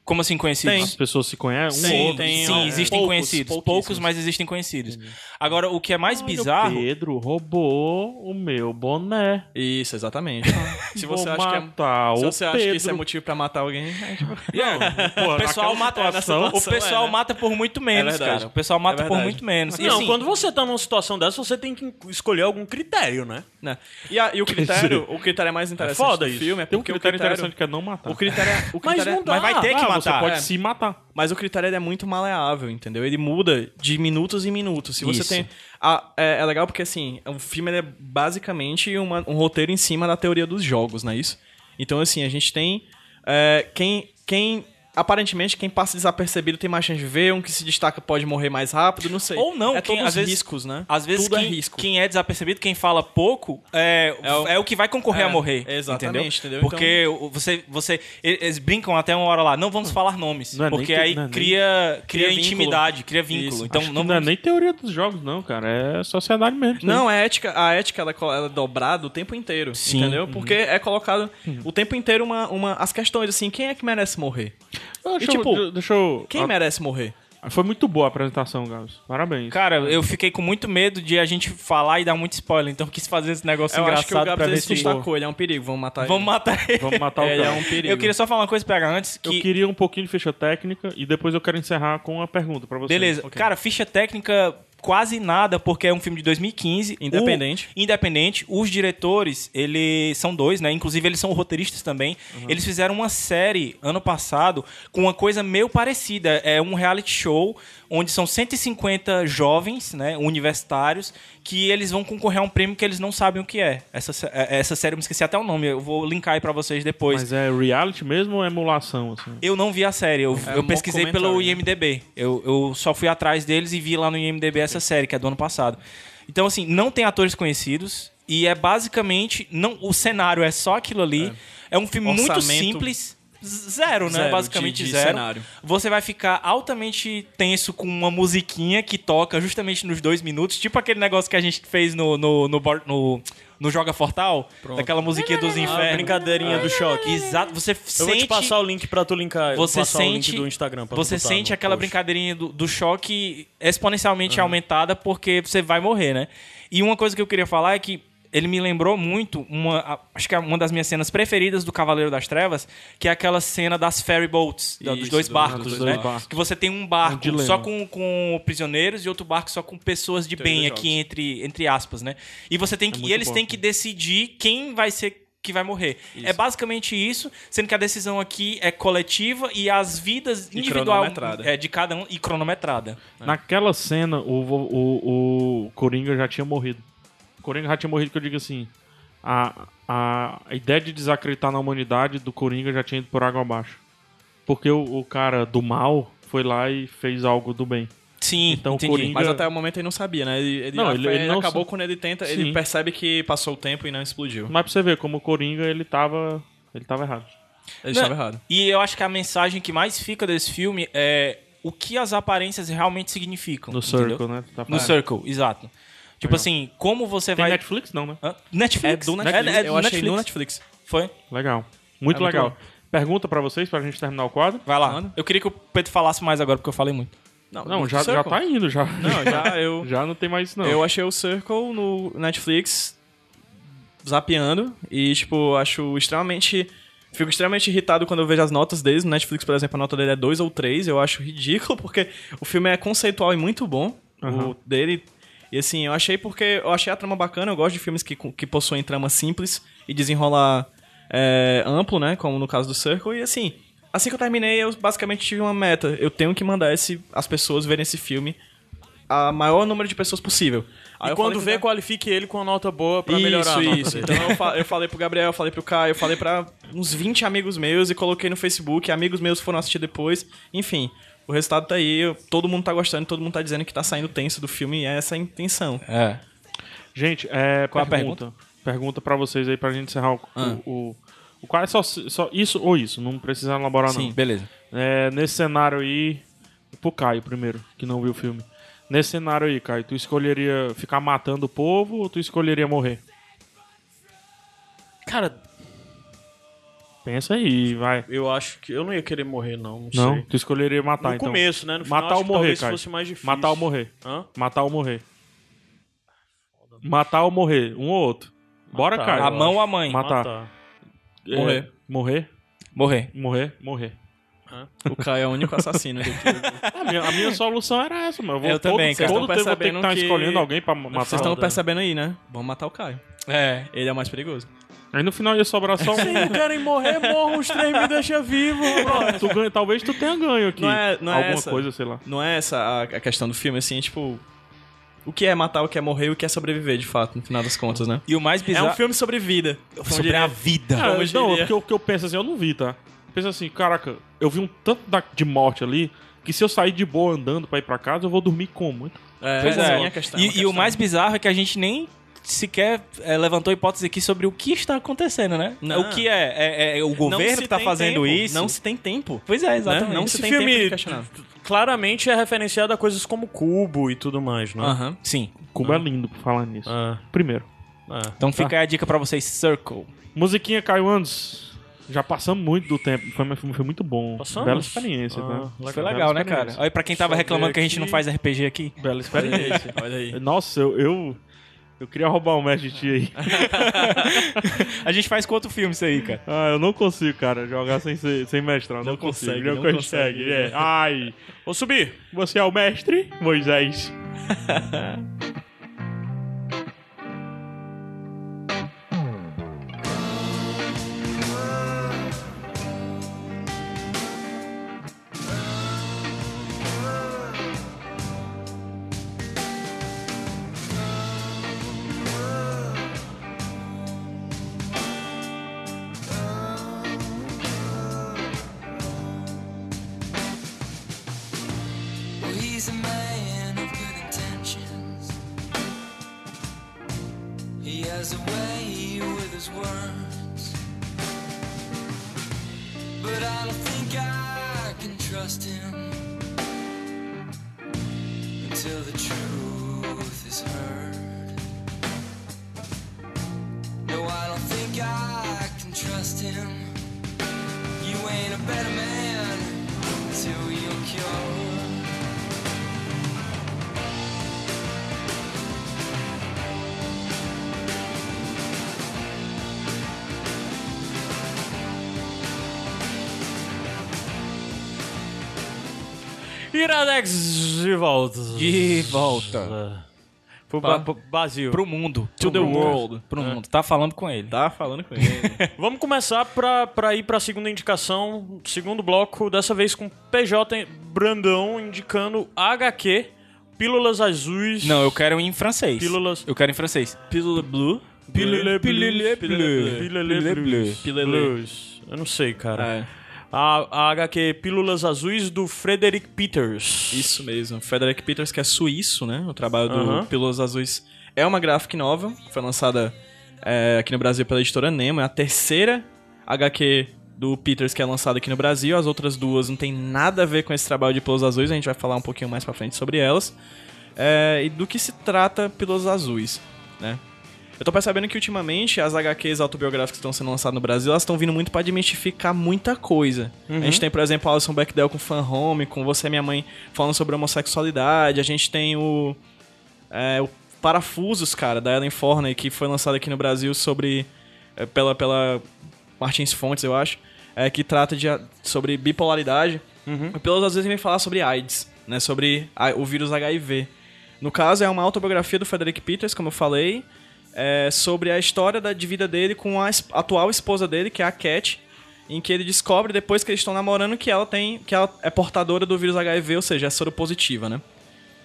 S4: Como assim conhecidos?
S2: As pessoas se conhecem? Um
S4: Sim,
S2: outro.
S5: tem
S4: sim,
S5: um-
S4: existem
S5: poucos,
S4: conhecidos. Poucos,
S5: pouquíssimos.
S4: mas existem conhecidos. Agora, o que é mais
S2: Olha, o
S4: bizarro.
S2: Um Pedro roubou o meu boné.
S5: Isso, exatamente. se você
S2: Ah, Vou
S5: acha que é,
S2: matar
S5: se
S2: o
S5: você acha que isso é
S2: Pedro.
S5: motivo pra matar alguém, é, tipo,
S4: Não,
S2: Porra,
S4: o
S2: naquela
S4: pessoal mata.
S2: situação-
S4: o pessoal
S5: é, né?
S4: mata por muito menos,
S5: É verdade.
S4: cara. O pessoal mata
S5: É
S4: por
S5: verdade.
S4: muito menos. E,
S3: Não,
S4: assim,
S3: quando você tá numa situação dessa, você tem que escolher algum critério, né?
S5: né? E, a- e o critério, o critério é mais interessante
S3: foda
S5: do
S3: isso.
S5: filme é
S2: Tem um
S5: porque
S2: critério
S5: o critério,
S2: interessante que é não matar.
S5: o critério, é- o
S3: Mas
S5: critério é-
S3: não dá.
S4: Mas vai ter
S2: Ah,
S4: que matar.
S2: Você pode
S5: É.
S2: se matar.
S5: Mas o critério ele é muito maleável, entendeu? Ele muda de minutos em minutos. Se você
S4: Isso.
S5: tem. Ah, é, é legal porque, assim, o filme ele é basicamente uma- um roteiro em cima da teoria dos jogos, não é isso? Então, assim, a gente tem. é, quem, quem aparentemente, quem passa desapercebido tem mais chance de ver, um que se destaca pode morrer mais rápido, não sei.
S4: Ou não,
S5: é
S4: quem-
S5: todos
S4: às vezes-
S5: riscos, né?
S4: Às vezes,
S5: Tudo
S4: quem
S5: é risco.
S4: quem é desapercebido, quem fala pouco, é, é, o, que vai concorrer
S5: é,
S4: a morrer.
S5: exatamente,
S4: entendeu?
S5: entendeu?
S4: Porque o- você, você. Eles brincam até uma hora lá, não vamos falar nomes.
S2: Não é nem
S4: porque
S2: que-
S4: aí
S2: não é nem-
S4: cria, cria,
S5: Cria vínculo.
S4: intimidade, cria vínculo.
S5: Isso.
S4: Então,
S2: Acho que
S4: não,
S2: não é
S4: vamos-
S2: nem teoria dos jogos, não, cara. É sociedade mesmo.
S5: Não, é ética, a ética ela, é co- ela é dobrada o tempo inteiro,
S4: Sim. Uhum.
S5: entendeu? Porque é colocado o tempo inteiro uma, uma, as questões assim, quem é que merece morrer?
S2: Não, deixa,
S5: e,
S2: eu-
S5: tipo,
S2: deixa eu-
S5: Quem
S2: Ah,
S5: merece morrer?
S2: Foi muito boa a apresentação, Gabs. Parabéns.
S4: Cara, eu fiquei com muito medo de a gente falar e dar muito spoiler, então eu quis fazer esse negócio
S5: Eu
S4: engraçado
S5: acho que o
S4: pra
S5: Gabs
S4: ver
S5: ele
S4: se
S5: se destacou, ele é um perigo, vamos matar
S4: Vamos matar ele.
S2: Vamos matar o
S5: Ele é
S2: cara.
S5: um perigo.
S4: Eu queria só falar uma coisa, PH, antes
S2: Eu
S4: que.
S2: queria um pouquinho de ficha técnica e depois eu quero encerrar com uma pergunta pra você.
S4: Beleza. Cara, ficha técnica quase nada, porque é um filme de 2015.
S5: Independente.
S4: O- independente. Os diretores, eles são dois, né? Inclusive, eles são roteiristas também.
S2: Uhum.
S4: Eles fizeram uma série ano passado com uma coisa meio parecida. É um reality show onde são 150 jovens, né? Universitários, que eles vão concorrer a um prêmio que eles não sabem o que é. Essa, sé- é- essa série, eu me esqueci até o nome. Eu vou linkar aí pra vocês depois.
S2: Mas é reality mesmo ou é emulação? Assim?
S4: Eu não vi a série, eu,
S5: É
S4: eu
S5: um
S4: pesquisei pelo
S5: documentário, né?
S4: IMDB. Eu, eu só fui atrás deles e vi lá no IMDB essa série, que é do ano passado. Então, assim, não tem atores conhecidos e é basicamente. não O cenário é só aquilo ali. É, um filme muito
S5: Orçamento-
S4: simples. z- Zero, né?
S5: Zero,
S4: Basicamente
S5: de- de
S4: zero.
S5: cenário.
S4: Você vai ficar altamente tenso com uma musiquinha que toca justamente nos dois minutos, tipo aquele negócio que a gente fez no, no, no, Bor- no, no Joga Fortal, daquela musiquinha dos
S3: A
S4: infernos.
S3: Ah, brincadeirinha
S5: É.
S3: do choque.
S4: Exato, você sente.
S3: Eu vou te passar o link pra tu linkar. eu vou
S4: Você
S3: passar o
S4: sente,
S3: link do Instagram pra tu
S4: você
S3: botar
S4: sente
S3: no
S4: aquela
S3: post.
S4: brincadeirinha do, do choque exponencialmente aumentada porque você vai morrer, né? E uma coisa que eu queria falar é que ele me lembrou muito uma, a- acho que é uma das minhas cenas preferidas do Cavaleiro das Trevas, que é aquela cena das ferry boats, da- dos
S5: Isso,
S4: dois
S5: do-
S4: barcos,
S5: dos
S4: né?
S5: dois barcos.
S4: Que você tem um
S2: É um
S4: barco
S2: dilema.
S4: só com, com prisioneiros e outro barco só com pessoas de bem aqui entre, entre aspas, né? E você tem que e
S2: muito
S4: eles
S2: bom.
S4: têm que decidir quem vai ser que vai morrer. É basicamente isso, sendo que a decisão aqui é coletiva e as vidas
S5: E
S4: individual
S5: cronometrada.
S4: é de cada um e cronometrada.
S5: É.
S2: Naquela cena, o, vo- o, o Coringa já tinha morrido. O Coringa já tinha morrido, que eu digo assim. A, a, a ideia de desacreditar na humanidade do Coringa já tinha ido por água abaixo. Porque o, o cara do mal foi lá e fez algo do bem.
S4: Sim,
S2: Então o
S4: entendi.
S2: Coringa-
S5: Mas até o momento ele não sabia, né? Ele, ele-
S2: Não,
S5: a
S2: ele-
S5: fé-
S2: ele não
S5: acabou
S2: sa-
S5: quando ele tenta,
S2: Sim.
S5: ele percebe que passou o tempo e não explodiu.
S2: Mas pra você ver, como o Coringa, ele tava. Ele tava errado.
S5: Ele
S4: Não,
S5: estava errado.
S4: E eu acho que a mensagem que mais fica desse filme é o que as aparências realmente significam.
S2: No
S4: entendeu?
S2: Circle, né? Tu tá
S4: No
S2: falando.
S4: Circle, exato. Tipo assim, como você
S2: Tem
S4: vai
S2: Netflix? Não, né?
S4: Hã? Netflix.
S5: É do Netflix.
S4: É, é do
S5: eu achei
S4: Netflix.
S5: no Netflix.
S4: Foi?
S2: Legal. Muito
S5: É muito
S2: legal.
S5: bom.
S2: Pergunta pra vocês, pra gente terminar o quadro.
S4: Vai lá.
S5: Manda.
S4: Eu queria que o Pedro falasse mais agora, porque eu falei muito.
S2: Não,
S5: do
S2: já, já
S5: Circle.
S2: tá indo, já.
S5: Não, já eu...
S2: Já não tem mais isso, não.
S5: Eu achei o Circle no Netflix zapeando e, tipo, acho extremamente. Fico extremamente irritado quando eu vejo as notas deles. No Netflix, por exemplo, a nota dele é 2 ou 3. Eu acho ridículo, porque o filme é conceitual e muito bom.
S2: Aham.
S5: O dele. E assim, eu achei porque. Eu achei a trama bacana. Eu gosto de filmes que, que possuem trama simples e desenrolar é, amplo, né? Como no caso do Circle. E assim, assim que eu terminei, eu basicamente tive uma meta. Eu tenho que mandar esse, as pessoas verem esse filme a maior número de pessoas possível.
S3: E
S5: Aí eu
S3: quando
S5: falei
S3: vê,
S5: pro
S3: qualifique ele com uma nota boa pra
S5: isso,
S3: melhorar tá a nota
S5: Isso,
S3: dele.
S5: Então eu, fa- eu falei pro Gabriel, eu falei pro Caio, eu falei pra uns 20 amigos meus e coloquei no Facebook. Amigos meus foram assistir depois. Enfim, o resultado tá aí. eu- Todo mundo tá gostando, todo mundo tá dizendo que tá saindo tenso do filme e é essa a intenção.
S4: É.
S2: Gente, é,
S4: Qual a
S2: pergunta. Pergunta pra vocês aí, pra gente encerrar o... O, o, o quadro é só, só isso ou isso, não precisa elaborar, Ah, não.
S4: beleza.
S2: É, nesse cenário aí, pro Caio primeiro, que não viu o filme. Nesse cenário aí, Caio, tu escolheria ficar matando o povo ou tu escolheria morrer?
S3: Cara,
S2: Pensa aí, vai.
S3: eu acho que eu não ia querer morrer, não. Não,
S2: Não?
S3: sei.
S2: Tu escolheria matar,
S3: no
S2: então.
S3: começo, né? No final,
S2: matar
S3: acho
S2: ou
S3: que
S2: morrer,
S3: talvez
S2: Caio?
S3: fosse mais difícil.
S2: Matar ou morrer?
S3: Hã?
S2: Matar ou morrer? Matar ou morrer? Um ou outro? Bora,
S3: Matar,
S2: Caio.
S4: A mão ou a mãe?
S2: Matar. É,
S5: Morrer.
S2: Morrer?
S4: Morrer.
S2: Morrer? Morrer.
S5: O Caio é o único assassino. do filme.
S2: A minha, a minha solução era essa, mano. Eu, vou
S4: Eu também,
S2: todo,
S4: cara.
S2: Todo tempo eu vou ter
S5: Vocês estão
S2: que
S5: percebendo
S2: estar
S5: que-
S2: escolhendo alguém pra matar.
S5: Vocês estão
S2: alguém.
S5: percebendo aí, né? Vamos matar o Caio.
S4: É.
S5: Ele é o mais perigoso.
S2: Aí no final ia sobrar só um.
S3: Querem morrer, morram os três, me deixa vivo.
S2: tu ganha, talvez tu tenha ganho aqui.
S5: Não é- não é
S2: Alguma
S5: essa.
S2: coisa, sei lá.
S5: Não é essa a, a questão do filme, assim, é tipo. O que é matar, o que é morrer e o que é sobreviver, de fato, no final das contas, né?
S4: E o mais
S5: É
S4: bizarro.
S5: um filme sobre vida.
S4: sobre a vida.
S2: Ah,
S5: Como
S2: não,
S5: diria.
S2: porque o que eu penso assim, eu não vi, tá? pensa assim, caraca, eu vi um tanto da- de morte ali que se eu sair de boa andando pra ir pra casa, eu vou dormir como?
S5: É,
S4: Pois
S5: essa
S4: é.
S5: a minha questão.
S4: e,
S5: uma
S4: e
S5: questão.
S4: o mais bizarro é que a gente nem sequer é, levantou hipótese aqui sobre o que está acontecendo, né?
S5: Não.
S4: O que é? É, é o
S5: Não
S4: governo
S5: se
S4: que está
S5: tem
S4: fazendo
S5: tempo,
S4: isso?
S5: Não se tem tempo.
S4: Pois é,
S5: né?
S4: exatamente.
S5: Não se
S3: Esse
S5: tem
S3: filme-
S5: tempo de questionar.
S3: Claramente é referenciado a coisas como Cubo e tudo mais, né?
S5: Aham.
S4: Sim.
S5: Ah.
S2: Como é lindo por falar nisso.
S3: Ah,
S2: Primeiro.
S3: ah.
S4: Então
S5: Tá.
S4: fica aí a dica pra vocês, Circle.
S2: Musiquinha Caio Andes. Já passamos muito do tempo. Foi, foi- foi muito bom.
S3: Passamos?
S2: Bela experiência,
S3: Ah,
S2: né?
S4: Foi legal, né, cara?
S2: experiência.
S4: Olha, pra quem tava reclamando que a gente não faz RPG aqui.
S2: Bela experiência.
S3: Olha aí.
S2: Nossa, eu, eu. eu queria roubar o mestre de ti aí.
S4: A gente faz com outro filme isso aí, cara.
S2: Ah, eu não consigo, cara, jogar sem, ser- sem mestrar. Não, consigo.
S5: consegue,
S2: não
S5: não
S2: consegue.
S5: consegue.
S2: é. Ai.
S3: Vou subir.
S2: Você é o mestre, Moisés.
S1: Well, he's a man of good intentions. He has a way with his words. But I don't think I can trust him until the truth is heard. No, I don't think I can trust him. You ain't a better man till you're cured.
S3: Iradex de volta.
S4: De volta.
S3: Pro,
S4: Tá.
S3: ba pro Brasil.
S4: Pro mundo.
S5: To the
S4: Pro mundo.
S5: world. Ah.
S4: Pro mundo. Tá falando com ele.
S5: Tá falando com ele.
S3: Vamos começar pra, pra ir pra segunda indicação, segundo bloco, dessa vez com PJ Brandão indicando HQ, Pílulas Azuis.
S4: Não, eu quero em francês.
S3: Pílulas.
S4: Eu quero em francês.
S3: Pílula Blue.
S4: Pílula Blue.
S3: Pílula
S4: Pílula
S3: Blue.
S4: Blue.
S3: Blues. Eu não sei, cara.
S5: É,
S3: A, a HQ Pílulas Azuis do Frederick Peters.
S5: isso mesmo. Frederick Peters, que é suíço, né? O trabalho do
S3: Aham.
S5: Pílulas Azuis é uma graphic novel. Foi lançada é, aqui no Brasil pela editora Nemo. É a terceira HQ do Peters que é lançada aqui no Brasil. As outras duas não tem nada a ver com esse trabalho de Pílulas Azuis. A gente vai falar um pouquinho mais pra frente sobre elas. É, e do que se trata Pílulas Azuis, né? Eu tô percebendo que ultimamente as HQs autobiográficas que estão sendo lançadas no Brasil, elas estão vindo muito pra desmistificar muita coisa. A gente tem, por exemplo, Alison Bechdel com Fan Home, com Você e Minha Mãe falando sobre homossexualidade. A gente tem o, é, o Parafusos, cara, da Ellen Forney, que foi lançado aqui no Brasil sobre é, pela, pela Martins Fontes, eu acho, é, que trata de, a- sobre bipolaridade. E pelas às vezes vem falar sobre AIDS, né? Sobre a- o vírus HIV. No caso, é uma autobiografia do Frederick Peters, como eu falei, é, sobre a história da, de vida dele com a es- atual esposa dele, que é a Cat, em que ele descobre, depois que eles estão namorando, que ela tem. que ela é portadora do vírus HIV, ou seja, é soropositiva, né?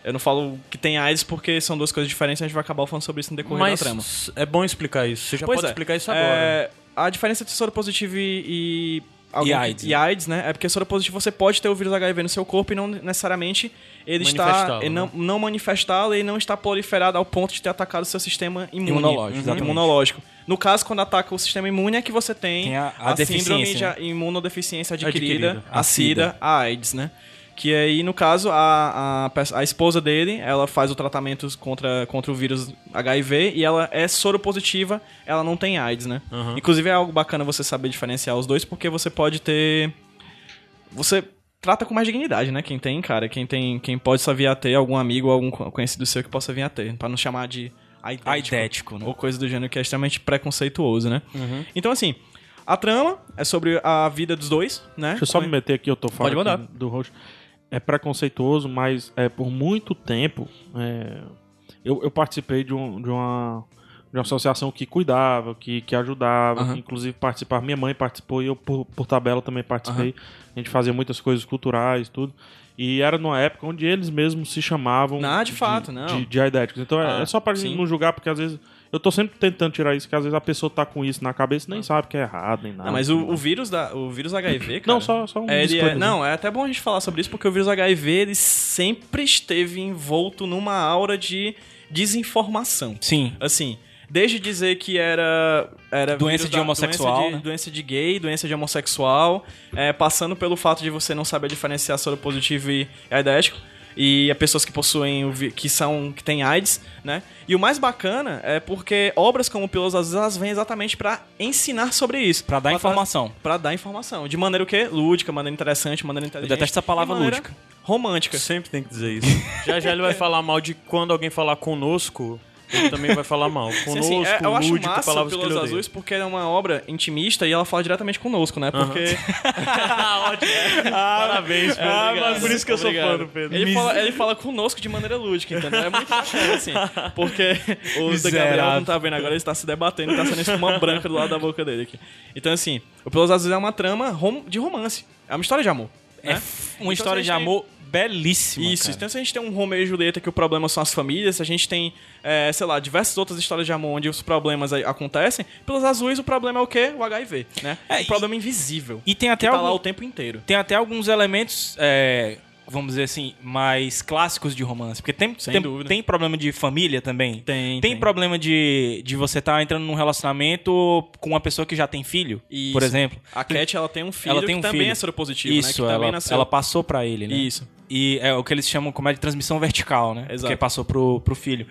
S5: Eu não falo que tem AIDS porque são duas coisas diferentes, a gente vai acabar falando sobre isso no decorrer
S3: Mas
S5: da trama.
S3: é bom explicar isso. Você já
S5: Pois
S3: pode
S5: é.
S3: explicar isso agora.
S5: É, a diferença entre soro positivo e. E, alguém que-
S4: AIDS,
S5: e AIDS, né? É porque soro positivo você pode ter o vírus HIV no seu corpo e não necessariamente ele está.
S3: Manifestá-lo,
S5: ele não,
S3: né?
S5: não manifestá-lo e não está proliferado ao ponto de ter atacado o seu sistema imune. uhum,
S4: Imunológico, exatamente.
S5: imunológico. No caso, quando ataca o sistema imune, é que você tem,
S4: Tem a- a
S5: síndrome
S4: deficiência,
S5: de a- imunodeficiência adquirida,
S3: Adquirida.
S5: a
S4: A sida.
S5: SIDA, a AIDS, né? Que aí, no caso, a, a, pe- a esposa dele, ela faz o tratamento contra, contra o vírus HIV e ela é soropositiva, ela não tem AIDS, né? Inclusive é algo bacana você saber diferenciar os dois, porque você pode ter. Você trata com mais dignidade, né? Quem tem, cara, quem tem. Quem pode só vir a ter algum amigo ou algum co- conhecido seu que possa vir a ter. Pra não chamar de aidético,
S4: Aidético, né?
S5: Ou coisa do gênero que é extremamente preconceituoso, né? Então, assim, a trama é sobre a vida dos dois, né?
S2: Deixa eu só
S5: Com-
S2: me meter aqui, eu tô falando
S5: Pode mandar.
S2: aqui do roxo. É preconceituoso, mas é, por muito tempo é, eu, eu participei de, um- de uma de uma associação que cuidava, que, que ajudava,
S5: Aham.
S2: que inclusive participava. Minha mãe participou e eu, por, por tabela, também participei. A gente fazia muitas coisas culturais, tudo. E era numa época onde eles mesmos se chamavam.
S5: Ah, de fato, não.
S2: De, de aidéticos. Então é-
S5: Ah,
S2: é só pra
S5: sim.
S2: gente não julgar, porque às vezes. Eu tô sempre tentando tirar isso, que às vezes a pessoa tá com isso na cabeça e nem sabe que é errado, nem nada.
S5: Ah. Não, mas o, o vírus da, o vírus HIV, cara.
S2: Não, só, só um
S5: é, ele é,
S2: disclaimer.
S5: não, é até bom a gente falar sobre isso, porque o vírus HIV ele sempre esteve envolto numa aura de desinformação.
S4: Sim.
S5: Assim, desde dizer que era. era
S4: Doença
S5: vírus
S4: de homossexual,
S5: Doença de,
S4: né?
S5: doença de gay, doença de homossexual, é, passando pelo fato de você não saber diferenciar soropositivo e aidético. E a pessoas que possuem, o vi- que são, que têm AIDS, né? E o mais bacana é porque obras como Pilos Azuis, elas vêm exatamente pra ensinar sobre isso.
S4: Pra dar
S5: Pra tra-
S4: informação.
S5: Pra dar informação. De maneira o quê? Lúdica, maneira interessante, maneira
S4: Eu
S5: inteligente.
S4: detesto essa palavra
S5: e maneira
S4: lúdica.
S5: Romântica.
S3: Sempre tem que dizer isso. já já ele vai falar mal de quando alguém falar conosco, ele também vai falar mal.
S5: Sim,
S3: Conosco,
S5: assim, é- eu acho
S3: lúdico,
S5: massa
S3: palavras que
S5: Pelos
S3: ele odeia.
S5: Azuis porque é uma obra intimista e ela fala diretamente conosco, né? Porque...
S3: Ótimo. Parabéns, Pedro.
S5: Ah,
S3: Obrigado.
S5: mas por isso que eu sou
S3: Obrigado.
S5: fã do Pedro. Ele fala, ele fala conosco de maneira lúdica, entendeu? É muito bacana, assim. Porque o da Gabriel
S4: Miserável.
S5: não tá vendo agora, ele está se debatendo, tá sendo espuma branca do lado da boca dele aqui. Então, assim, o Pelos Azuis é uma trama rom- de romance. É uma história de amor.
S4: É
S5: né?
S4: uma
S5: Então,
S4: história
S5: se
S4: de
S5: a gente
S4: amor belíssima.
S5: Isso,
S4: cara.
S5: então se a gente tem um Romeu e Julieta que o problema são as famílias, se a gente tem, é, sei lá, diversas outras histórias de amor onde os problemas aí acontecem, pelos azuis o problema é o quê? O HIV, né?
S4: É,
S5: um
S4: e-
S5: problema invisível.
S4: E tem até,
S5: que tá
S4: algum-
S5: lá o tempo inteiro.
S4: tem até alguns elementos, é, vamos dizer assim, mais clássicos de romance. Porque tem,
S5: Sem
S4: tem,
S5: dúvida.
S4: tem problema de família também.
S5: Tem,
S4: Tem problema de, de você estar entrando num relacionamento com uma pessoa que já tem filho,
S5: Isso.
S4: por exemplo.
S5: A Cat, ela tem um filho
S4: Ela tem um
S5: que também
S4: filho.
S5: é seropositivo, né?
S4: Isso,
S5: Que também
S4: ela,
S5: nasceu.
S4: ela passou pra ele, né?
S5: Isso.
S4: E é o que eles chamam como é de transmissão vertical, né?
S5: Exato.
S4: Porque passou pro, pro filho.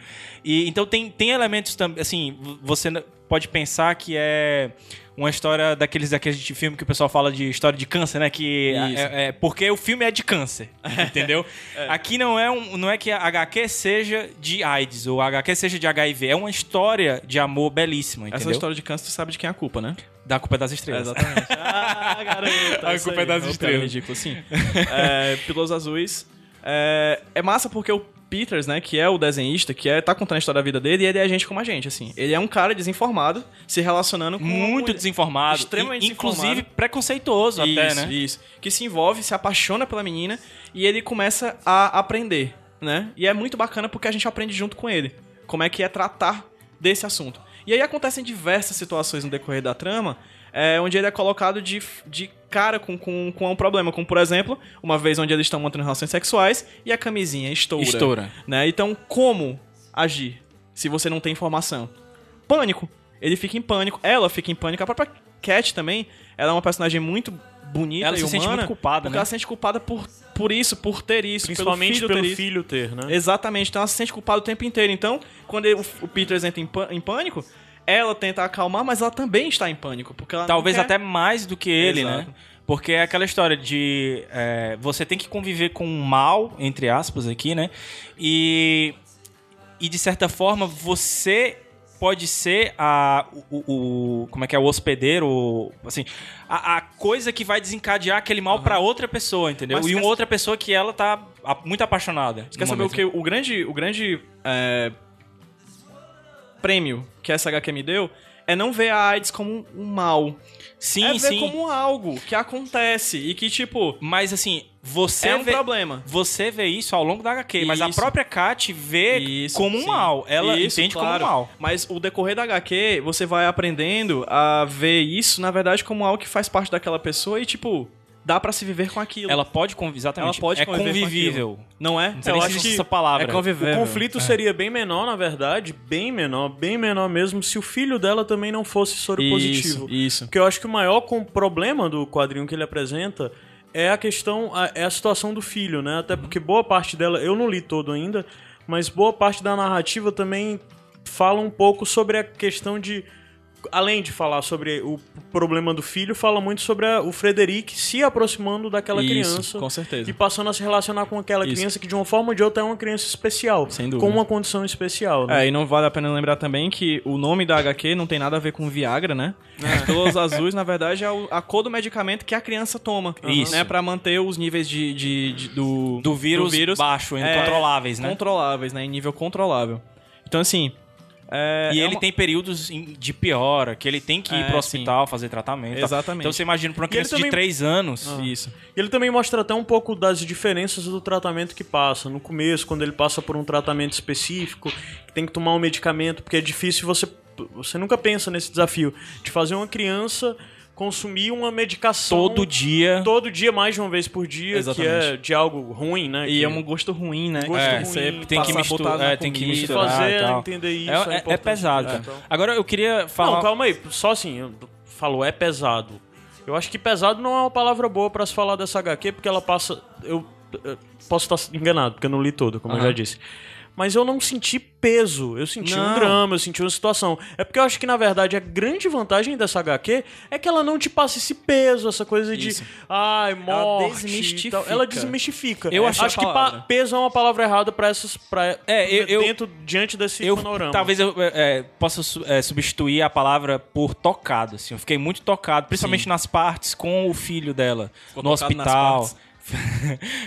S4: E então tem, tem elementos também, assim, v- você n- pode pensar que é uma história daqueles daqueles de filme que o pessoal fala de história de câncer, né? Que é-
S5: Isso.
S4: é, é porque o filme é de câncer, entendeu? Aqui não é um, não é que a HQ seja de AIDS ou a HQ seja de HIV, é uma história de amor belíssima, entendeu?
S5: Essa história de câncer, tu sabe de quem é a culpa, né?
S4: da culpa das estrelas.
S5: exatamente. ah, garota.
S4: A
S5: isso
S4: culpa
S5: aí.
S4: é das
S5: o cara
S4: estrelas.
S5: ridículo, sim. É, Pilos Azuis. É, é massa porque o Peters, né, que é o desenhista, que é, tá contando a história da vida dele, e ele é gente como a gente, assim. Ele é um cara desinformado, se relacionando com... uma
S4: Muito
S5: mulher-
S4: desinformado,
S5: Extremamente
S4: e- inclusive
S5: desinformado.
S4: preconceituoso até,
S5: isso,
S4: né?
S5: Isso, Que se envolve, se apaixona pela menina e ele começa a aprender, né? E é muito bacana porque a gente aprende junto com ele como é que é tratar desse assunto. E aí acontecem diversas situações no decorrer da trama é, onde ele é colocado de, de cara com, com, com um problema. Como, por exemplo, uma vez onde eles estão mantendo relações sexuais e a camisinha estoura.
S4: Estoura.
S5: Né? Então, como agir se você não tem informação? Pânico. Ele fica em pânico, ela fica em pânico, a própria Cat também, ela é uma personagem muito bonita
S4: Ela
S5: e
S4: se
S5: humana.
S4: sente muito culpada,
S5: porque
S4: né?
S5: ela se sente culpada por, por isso, por ter isso,
S3: Principalmente
S5: pelo filho ter
S3: ter,
S5: isso.
S3: né?
S5: Exatamente, então ela se sente culpada o tempo inteiro. Então, quando ele- o, o Peter entra em, pân- em pânico, ela tenta acalmar, mas ela também está em pânico, porque ela não
S4: Talvez
S5: quer-
S4: até mais do que ele,
S5: Exato.
S4: né? Porque é aquela história de é, você tem que conviver com o mal, entre aspas, aqui, né? E, e de certa forma você pode ser a o, o- o- como é que é o hospedeiro, o- assim, a, a coisa que vai desencadear aquele mal pra outra pessoa, entendeu?
S5: Mas
S4: e uma
S5: quer-
S4: outra pessoa que ela tá a- muito apaixonada.
S5: Você quer saber o que o grande, o grande é, prêmio que essa HQ me deu é não ver a AIDS como um mal.
S4: né? Sim,
S5: é ver
S4: sim.
S5: como algo que acontece e que, tipo,
S4: Mas assim, você
S5: é um
S4: vê-
S5: problema.
S4: Você vê isso ao longo da HQ, mas a
S5: Isso.
S4: própria Kat vê
S5: Isso,
S4: como um
S5: sim.
S4: mal. Ela
S5: Isso,
S4: entende
S5: claro.
S4: como um mal.
S5: Mas o decorrer da HQ, você vai aprendendo a ver isso, na verdade, como algo que faz parte daquela pessoa e, tipo, dá pra se viver com aquilo.
S4: Ela pode conviver, exatamente.
S5: Ela pode
S4: é
S5: conviver com
S4: convivível.
S5: Não é?
S4: É, Não sei
S3: Eu
S4: nem
S3: acho
S4: se existe
S3: que
S4: essa palavra.
S5: é conviver.
S3: O conflito seria bem menor, na verdade, bem menor, bem menor mesmo, se o filho dela também não fosse soropositivo.
S5: Isso.
S3: Porque eu acho que o maior com- problema do quadrinho que ele apresenta é a questão, a- é a situação do filho, né?
S5: Uhum.
S3: Até porque boa parte dela, eu não li todo ainda, mas boa parte da narrativa também fala um pouco sobre a questão de. Além de falar sobre o problema do filho, fala muito sobre a- o Frederic se aproximando daquela
S5: Isso,
S3: criança.
S5: com certeza.
S3: E passando a se relacionar com aquela
S5: Isso.
S3: criança que, de uma forma ou de outra, é uma criança especial.
S5: Sem dúvida.
S3: Com uma condição especial, né?
S5: É, e não vale a pena lembrar também que o nome da HQ não tem nada a ver com Viagra, né?
S4: É.
S5: As Pílulas azuis, na verdade, é o- a cor do medicamento que a criança toma.
S4: Isso.
S5: Né, pra manter os níveis de, de- de- do,
S4: Do vírus, baixo,
S5: é,
S4: incontroláveis, né?
S5: Controláveis, né? Em nível controlável. Então, assim, É,
S4: e
S5: é
S4: ele
S5: uma-
S4: tem períodos em- de piora, que ele tem que ir
S5: É,
S4: pro
S5: sim.
S4: hospital fazer tratamento. e tal.
S5: Exatamente.
S4: Então você imagina pra uma
S3: E ele
S4: criança
S3: também-
S4: de 3 anos.
S5: Isso.
S3: E Ele também mostra até um pouco das diferenças do tratamento que passa. No começo, quando ele passa por um tratamento específico, que tem que tomar um medicamento, porque é difícil você. Você nunca pensa nesse desafio de fazer uma criança consumir uma medicação
S5: Então,
S4: Todo dia.
S3: todo dia, mais de uma vez por dia, que é
S5: Exatamente.
S3: de algo ruim, né?
S5: E
S3: que
S5: é um gosto ruim, né?
S3: Gosto
S5: É,
S3: ruim,
S5: você
S4: Tem que,
S5: passar, botar
S4: misturar,
S5: na
S4: é, tem que
S5: comida.
S3: comida.
S4: misturar.
S3: Fazer
S4: e
S3: ela
S4: tal.
S3: entender isso
S4: É-
S3: é
S4: É, é,
S3: importante,
S4: pesado,
S3: né?
S4: cara.
S3: Então-
S4: Agora eu queria falar.
S3: Não, calma aí, só assim, eu falo, é pesado. Eu acho que pesado não é uma palavra boa pra se falar dessa HQ, porque ela passa. Eu, eh, posso estar enganado, porque eu não li todo, como eu já disse. Mas eu não senti peso, eu senti um
S5: Não.
S3: drama, eu senti uma situação. É porque eu acho que, na verdade, a grande vantagem dessa HQ é que ela não te passa esse peso, essa coisa de. Ai, morte. e tal. Ela
S5: desmistifica.
S3: desmistifica.
S5: Eu
S3: acho
S5: achei a
S3: que pa-
S5: palavra.
S3: peso é uma palavra errada pra essas. Pra,
S4: É, eu- eu-
S3: dentro, diante
S5: tipo
S3: desse
S4: eu,
S3: panorama.
S4: Talvez eu é, é, possa su- é, substituir a palavra por tocado, assim. Eu fiquei muito tocado, principalmente nas partes com o filho dela,
S5: Ficou
S4: no
S5: tocado nas
S4: hospital.
S5: partes.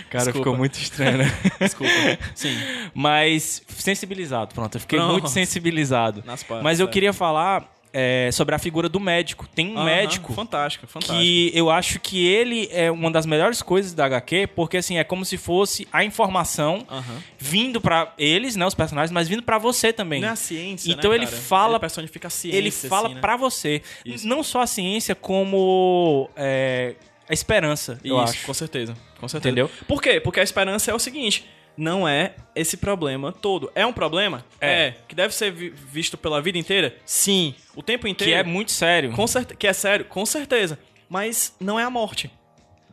S4: Cara,
S5: Desculpa.
S4: ficou muito estranho, né?
S5: Desculpa. Sim.
S4: Mas sensibilizado, pronto. Eu fiquei
S5: Pronto.
S4: muito sensibilizado.
S5: Nas partes,
S4: Mas eu
S5: é.
S4: queria falar é, sobre a figura do médico. Tem um
S5: Aham,
S4: médico
S5: Fantástico, fantástico.
S4: que eu acho que ele é uma das melhores coisas da HQ, porque assim, é como se fosse a informação
S5: Aham.
S4: vindo pra eles, né, os personagens, mas vindo pra você também.
S5: Não é a ciência,
S4: Então
S5: né,
S4: ele
S5: cara?
S4: fala-
S5: Ele personifica a ciência,
S4: ele fala
S5: assim, né?
S4: pra você, não só a ciência como é, a esperança, eu
S5: Isso,
S4: acho.
S5: com certeza. Com certeza.
S4: Entendeu?
S5: Por quê? Porque a esperança é o seguinte: não é esse problema todo. É um problema?
S4: É.
S5: Que deve ser vi- visto pela vida inteira? Sim. O tempo
S4: Que
S5: inteiro.
S4: é muito sério.
S5: com certe- Que é sério? Com certeza. Mas não é a morte.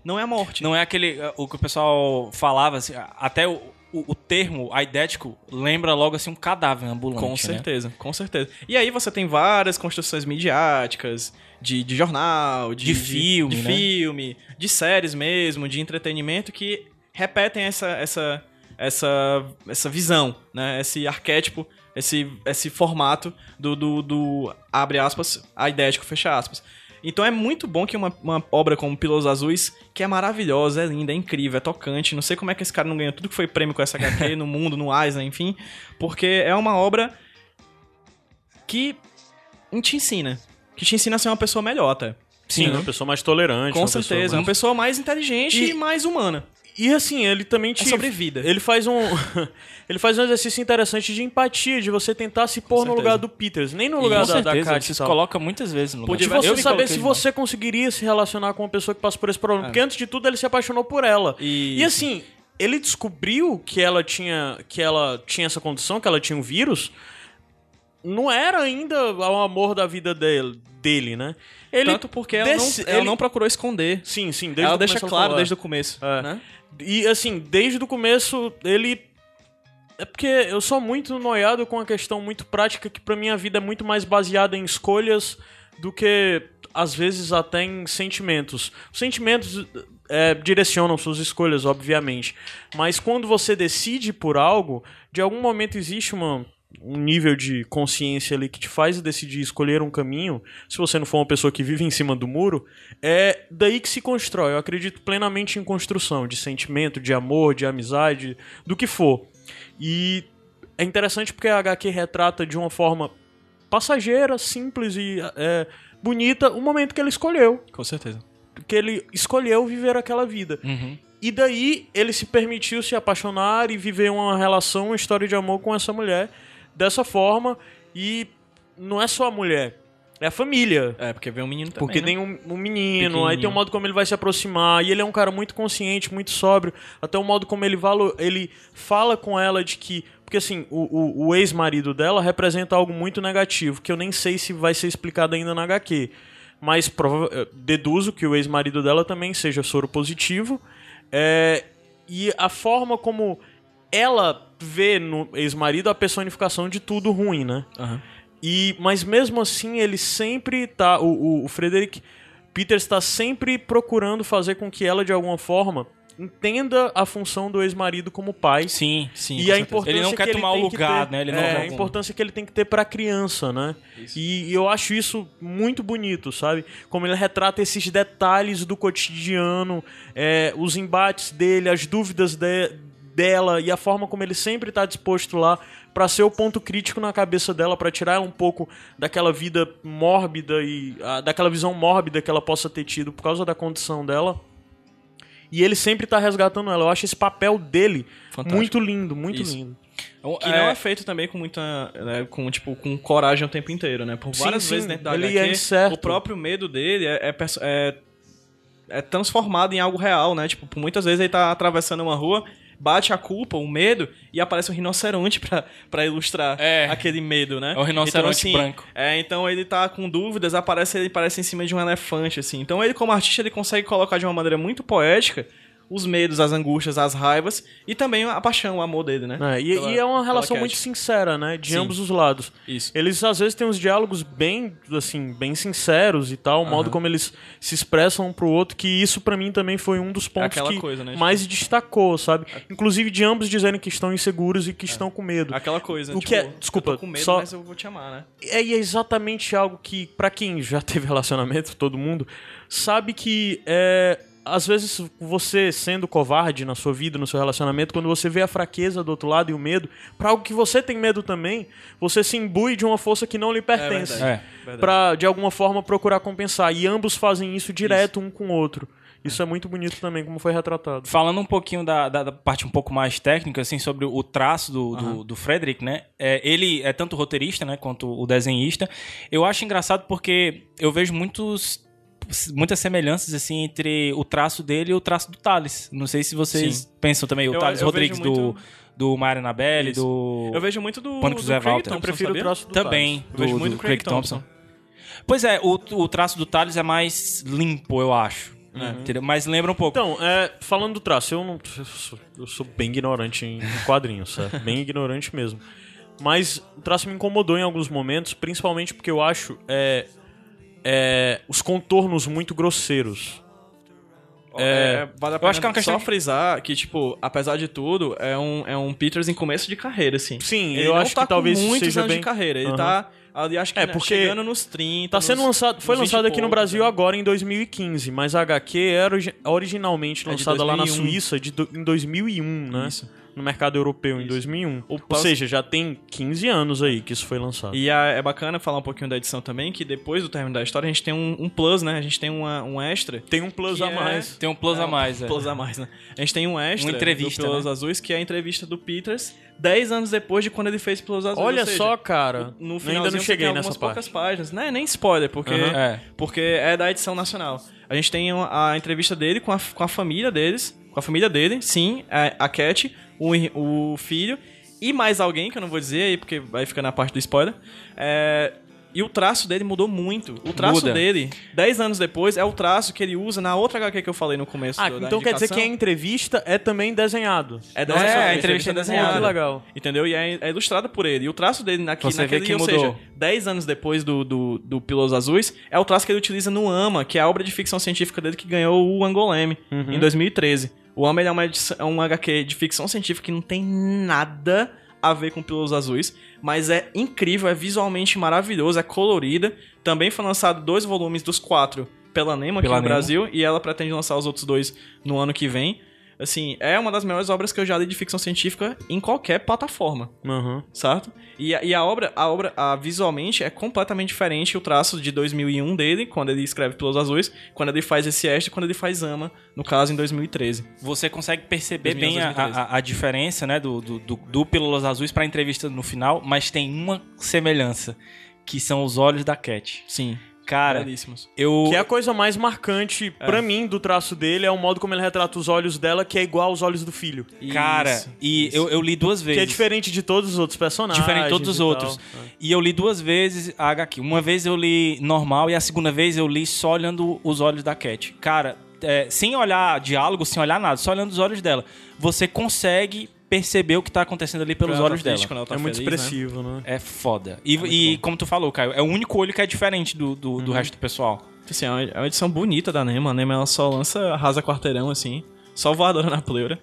S5: Não é a morte.
S4: Não é aquele. O que o pessoal falava, assim, até o, o, o termo aidético lembra logo assim um cadáver ambulante.
S5: Com
S4: né?
S5: certeza, com certeza. E aí você tem várias construções midiáticas, de, de jornal, de,
S4: De filme,
S5: de,
S4: né?
S5: filme, de séries mesmo, de entretenimento que repetem essa essa essa essa visão, né? Esse arquétipo, esse esse formato do do, do abre aspas, aidético fecha aspas. Então é muito bom que uma, uma obra como Pilos Azuis, que é maravilhosa, é linda, é incrível, é tocante. Não sei como é que esse cara não ganhou tudo que foi prêmio com essa HQ no mundo, no Eisner, enfim. Porque é uma obra que te ensina. Que te ensina a ser uma pessoa melhor, até.
S3: Sim, né? uma pessoa mais tolerante.
S5: né? Com
S3: uma pessoa
S5: certeza. é Uma
S3: mais-
S5: pessoa mais inteligente e,
S3: E-
S5: mais humana.
S3: E assim, ele também te.
S5: É sobre vida.
S3: Ele faz um. ele faz um exercício interessante de empatia, de você tentar se pôr no
S5: certeza.
S3: lugar do Peters, nem no
S4: Com
S3: lugar da,
S4: certeza,
S3: da Kat
S4: isso
S3: e tal.
S4: coloca muitas vezes no lugar. Tipo assim,
S3: De
S5: Tipo,
S4: Eu
S3: você
S4: me
S3: saber
S4: coloquei
S3: se
S4: demais.
S3: você conseguiria se relacionar com uma pessoa que passa por esse
S5: É.
S3: problema. Porque antes de tudo ele se apaixonou por ela.
S5: E-
S3: E assim, ele descobriu que ela tinha. que ela tinha essa condição, que ela tinha um vírus. Não era ainda o amor da vida dele, dele né? Ele
S5: Tanto porque ela,
S3: desse-
S5: não, ela
S3: ele-
S5: não procurou esconder.
S3: Sim, sim. Desde
S5: ela
S3: o
S5: deixa
S3: começo
S5: claro
S3: falou, é.
S5: desde o começo,
S3: É.
S5: né?
S3: E assim, desde o começo, ele. É porque eu sou muito noiado com a questão muito prática, que pra minha vida é muito mais baseada em escolhas do que, às vezes, até em sentimentos. Os sentimentos é, direcionam suas escolhas, obviamente. Mas quando você decide por algo, de algum momento existe uma, um nível de consciência ali que te faz decidir escolher um caminho. Se você não for uma pessoa que vive em cima do muro, é daí que se constrói. Eu acredito plenamente em construção de sentimento, de amor, de amizade, do que for. E é interessante porque a HQ retrata de uma forma passageira, simples e é, bonita o momento que ele escolheu.
S5: Com certeza.
S3: Que ele escolheu viver aquela vida. E daí ele se permitiu se apaixonar e viver uma relação, uma história de amor com essa mulher dessa forma. E não é só a mulher, é a família.
S5: É, porque vem um menino também,
S3: Porque
S5: né?
S3: tem um, um menino, aí tem o modo como ele vai se aproximar, e ele é um cara muito consciente, muito sóbrio, até o modo como ele, valo, ele fala com ela de que. Porque assim, o, o- o ex-marido dela representa algo muito negativo, que eu nem sei se vai ser explicado ainda na HQ. Mas prova- eh, deduzo que o ex-marido dela também seja soro positivo. É, e a forma como ela vê no ex-marido a personificação de tudo ruim, né?
S5: Aham.
S3: E, mas mesmo assim, ele sempre tá. O, o, o Frederick Peters está sempre procurando fazer com que ela, de alguma forma, entenda a função do ex-marido como pai.
S4: Sim, sim.
S3: e
S4: com
S3: a
S5: é
S4: certeza.
S3: importância
S4: Ele não quer
S3: que
S4: tomar
S3: tem
S4: o
S3: que
S4: lugar,
S3: ter-
S4: né? Ele não
S3: é,
S4: quer
S3: a importância que ele tem que ter pra criança, né? E, e eu acho isso muito bonito, sabe? Como ele retrata esses detalhes do cotidiano, é, os embates dele, as dúvidas de- dela e a forma como ele sempre tá disposto lá pra ser o ponto crítico na cabeça dela, pra tirar ela um pouco daquela vida mórbida e ah, daquela visão mórbida que ela possa ter tido por causa da condição dela. E ele sempre tá resgatando ela. Eu acho esse papel dele
S5: Fantástico.
S3: muito lindo, muito
S4: Isso.
S3: lindo.
S4: um
S5: Que não é feito também com muita. né, com, tipo, com coragem o tempo inteiro, né? Por
S3: Sim,
S5: várias
S3: sim,
S5: vezes dentro da
S3: ele
S5: HQ,
S3: é incerto.
S5: o próprio medo dele é, é perso- é- é transformado em algo real, né? Tipo, por muitas vezes ele tá atravessando uma rua, bate a culpa, o medo, e aparece um rinoceronte pra, pra ilustrar
S4: É.
S5: aquele medo, né?
S4: É um rinoceronte branco.
S5: É, então ele tá com dúvidas, aparece, ele parece em cima de um elefante, assim. Então ele, como artista, ele consegue colocar de uma maneira muito poética os medos, as angústias, as raivas e também a paixão, o amor dele, né?
S3: É, e,
S5: Pela-
S3: e é uma
S5: pela
S3: relação
S5: Cat.
S3: muito sincera, né? De
S5: Sim.
S3: ambos os lados.
S5: Isso.
S3: Eles às vezes têm uns diálogos bem, assim, bem sinceros e tal, o modo como eles se expressam um pro outro, que isso pra mim também foi um dos pontos
S5: É aquela
S3: que
S5: coisa, né, tipo- É.
S3: mais destacou, sabe? Inclusive de ambos dizerem que estão inseguros e que estão com medo.
S5: Aquela coisa,
S3: O
S5: tipo,
S3: que é- desculpa,
S5: eu tô com medo,
S3: só-
S5: mas eu vou te amar, né?
S3: É, e é exatamente algo que, pra quem já teve relacionamento, todo mundo, sabe que é, às vezes você sendo covarde na sua vida, no seu relacionamento, quando você vê a fraqueza do outro lado e o medo, pra algo que você tem medo também, você se imbui de uma força que não lhe pertence.
S4: verdade.
S5: verdade.
S3: Pra, de alguma forma, procurar compensar. E ambos fazem isso direto um com o outro. Isso é muito bonito também, como foi retratado.
S4: Falando um pouquinho da, da- da parte um pouco mais técnica, assim, sobre o traço do, do, do Frederick, né? É, ele é tanto roteirista, né, quanto o desenhista. Eu acho engraçado porque eu vejo muitos muitas semelhanças assim entre o traço dele e o traço do Thales. Não sei se vocês pensam também o
S5: Eu-
S4: Thales
S5: eu
S4: Rodrigues
S5: vejo muito-
S4: do do Mário Anabelle,
S5: Isso.
S4: do
S5: Eu vejo muito do,
S4: Pânico
S5: do
S4: Zé
S5: Craig
S4: Walter.
S5: Thompson,
S4: Eu
S3: prefiro
S5: sabia?
S3: o traço do
S4: também
S5: Eu vejo muito do Craig Thompson.
S4: Pois é, o, o traço do Thales é mais limpo, eu acho. né?
S5: Uhum.
S4: Entendeu? Mas lembra um pouco.
S3: Então, é, falando do traço, eu, não, eu, sou, eu sou bem ignorante em quadrinhos, é, bem ignorante mesmo. Mas o traço me incomodou em alguns momentos, principalmente porque eu acho é, é, os contornos muito grosseiros.
S5: É, vale a pena
S4: acho que é uma questão
S5: só
S4: de-
S5: frisar que, tipo, apesar de tudo, é um, é um Peters em começo de carreira, assim.
S3: Sim,
S5: ele
S3: eu
S5: não
S3: acho
S5: tá
S3: que talvez
S5: com
S3: isso
S5: muitos
S3: seja
S5: anos
S3: bem-
S5: de carreira. Ele
S3: Aham.
S5: tá, ali, acho que
S3: É,
S5: né,
S3: porque
S5: chegando nos 30.
S3: Tá sendo
S5: nos-
S3: lançado, foi
S5: nos 20 e
S3: lançado aqui no
S5: poucos,
S3: Brasil
S5: né?
S3: agora em 2015, mas a HQ era origi- originalmente
S5: É de
S3: lançada lá na
S5: 2001.
S3: Suíça de do- em 2001, né?
S5: Isso.
S3: No mercado europeu em 2001. Ou seja, já tem 15 anos aí que isso foi lançado.
S5: E a- é bacana falar um pouquinho da edição também, que depois do término da história a gente tem um, um plus, né? A gente tem uma, um extra.
S3: tem um plus
S5: que
S3: a
S5: é-
S3: mais.
S4: Tem um plus a mais, é.
S5: Plus a mais, né? A gente tem um extra
S4: Uma entrevista,
S5: do Pelos Azuis, que é a entrevista do Peters 10 anos depois de quando ele fez Pelos Azuis.
S3: Olha
S5: ou seja,
S3: só, cara.
S5: no
S3: eu É. ainda
S5: finalzinho
S3: não
S5: você
S3: cheguei
S5: tem
S3: nessa
S5: algumas
S3: parte.
S5: poucas páginas. Não é nem spoiler, porque,
S4: Aham. É.
S5: porque é da edição nacional. A gente tem a entrevista dele com a, com a família deles, com a família dele, sim, é, a, a Cat, o, ir- o filho e mais alguém, que eu não vou dizer aí, porque vai ficar na parte do spoiler. É, e o traço dele mudou muito. O traço
S4: Muda.
S5: dele, 10 anos depois, é o traço que ele usa na outra HQ que eu falei no começo
S3: Ah,
S5: do- da
S3: então quer dizer
S5: indicação.
S3: que a entrevista é também desenhado.
S5: É,
S4: É,
S5: desenhado,
S4: a entrevista é desenhada.
S3: Pô, que legal.
S5: Entendeu? E é, é ilustrada por ele. E o traço dele aqui,
S4: Você vê
S5: naquele,
S4: que
S5: ou
S4: mudou.
S5: seja, 10 anos depois do, do, do Pilos Azuis, é o traço que ele utiliza no AMA, que é a obra de ficção científica dele que ganhou o Angoleme
S3: Uhum.
S4: Uhum.
S5: em 2013. O AMA ele é, uma edição- é um HQ de ficção científica que não tem nada a ver com Pilos Azuis, mas é incrível, é visualmente maravilhoso, é colorida. Também foi lançado dois volumes dos quatro pela Nemo aqui
S4: Pela
S5: no
S4: Nemo.
S5: Brasil, e ela pretende lançar os outros dois no ano que vem. Assim, é uma das melhores obras que eu já li de ficção científica em qualquer plataforma,
S3: Aham.
S5: certo? E, a- e a obra, a obra a, visualmente é completamente diferente o traço de 2001 dele, quando ele escreve Pelos Azuis, quando ele faz esse extra, e quando ele faz Ama, no caso em 2013.
S4: Você consegue perceber
S5: 2011,
S4: bem a,
S5: 2013.
S4: a- a diferença, né, do, do, do, do Pílulas Azuis pra entrevista no final, mas tem uma semelhança, que são os olhos da Cat.
S5: Sim,
S4: Cara,
S5: belíssimos.
S4: eu...
S3: Que é a coisa mais marcante pra mim do traço dele é o modo como ele retrata os olhos dela, que é igual aos olhos do filho.
S4: Cara,
S5: Isso,
S4: e Eu, eu li duas
S3: Que
S4: vezes.
S3: é diferente de todos os outros personagens.
S4: Diferente de todos os
S3: e tal. É.
S4: outros. E eu li duas vezes a HQ. Uma vez eu li normal e a segunda vez eu li só olhando os olhos da Cat. Cara, é, sem olhar diálogo, sem olhar nada, só olhando os olhos dela. Você consegue perceber o que tá acontecendo ali pelos
S5: Ela tá
S4: olhos
S5: triste
S4: dela.
S5: quando ela tá
S3: É muito
S5: feliz, né?
S3: expressivo, né?
S4: É foda. E, e como tu falou, Caio, é o único olho que é diferente do, do, do resto do pessoal.
S5: Assim, é uma- é uma edição bonita da Nema. A Nema ela só lança arrasa quarteirão, assim. Só voadora na pleura.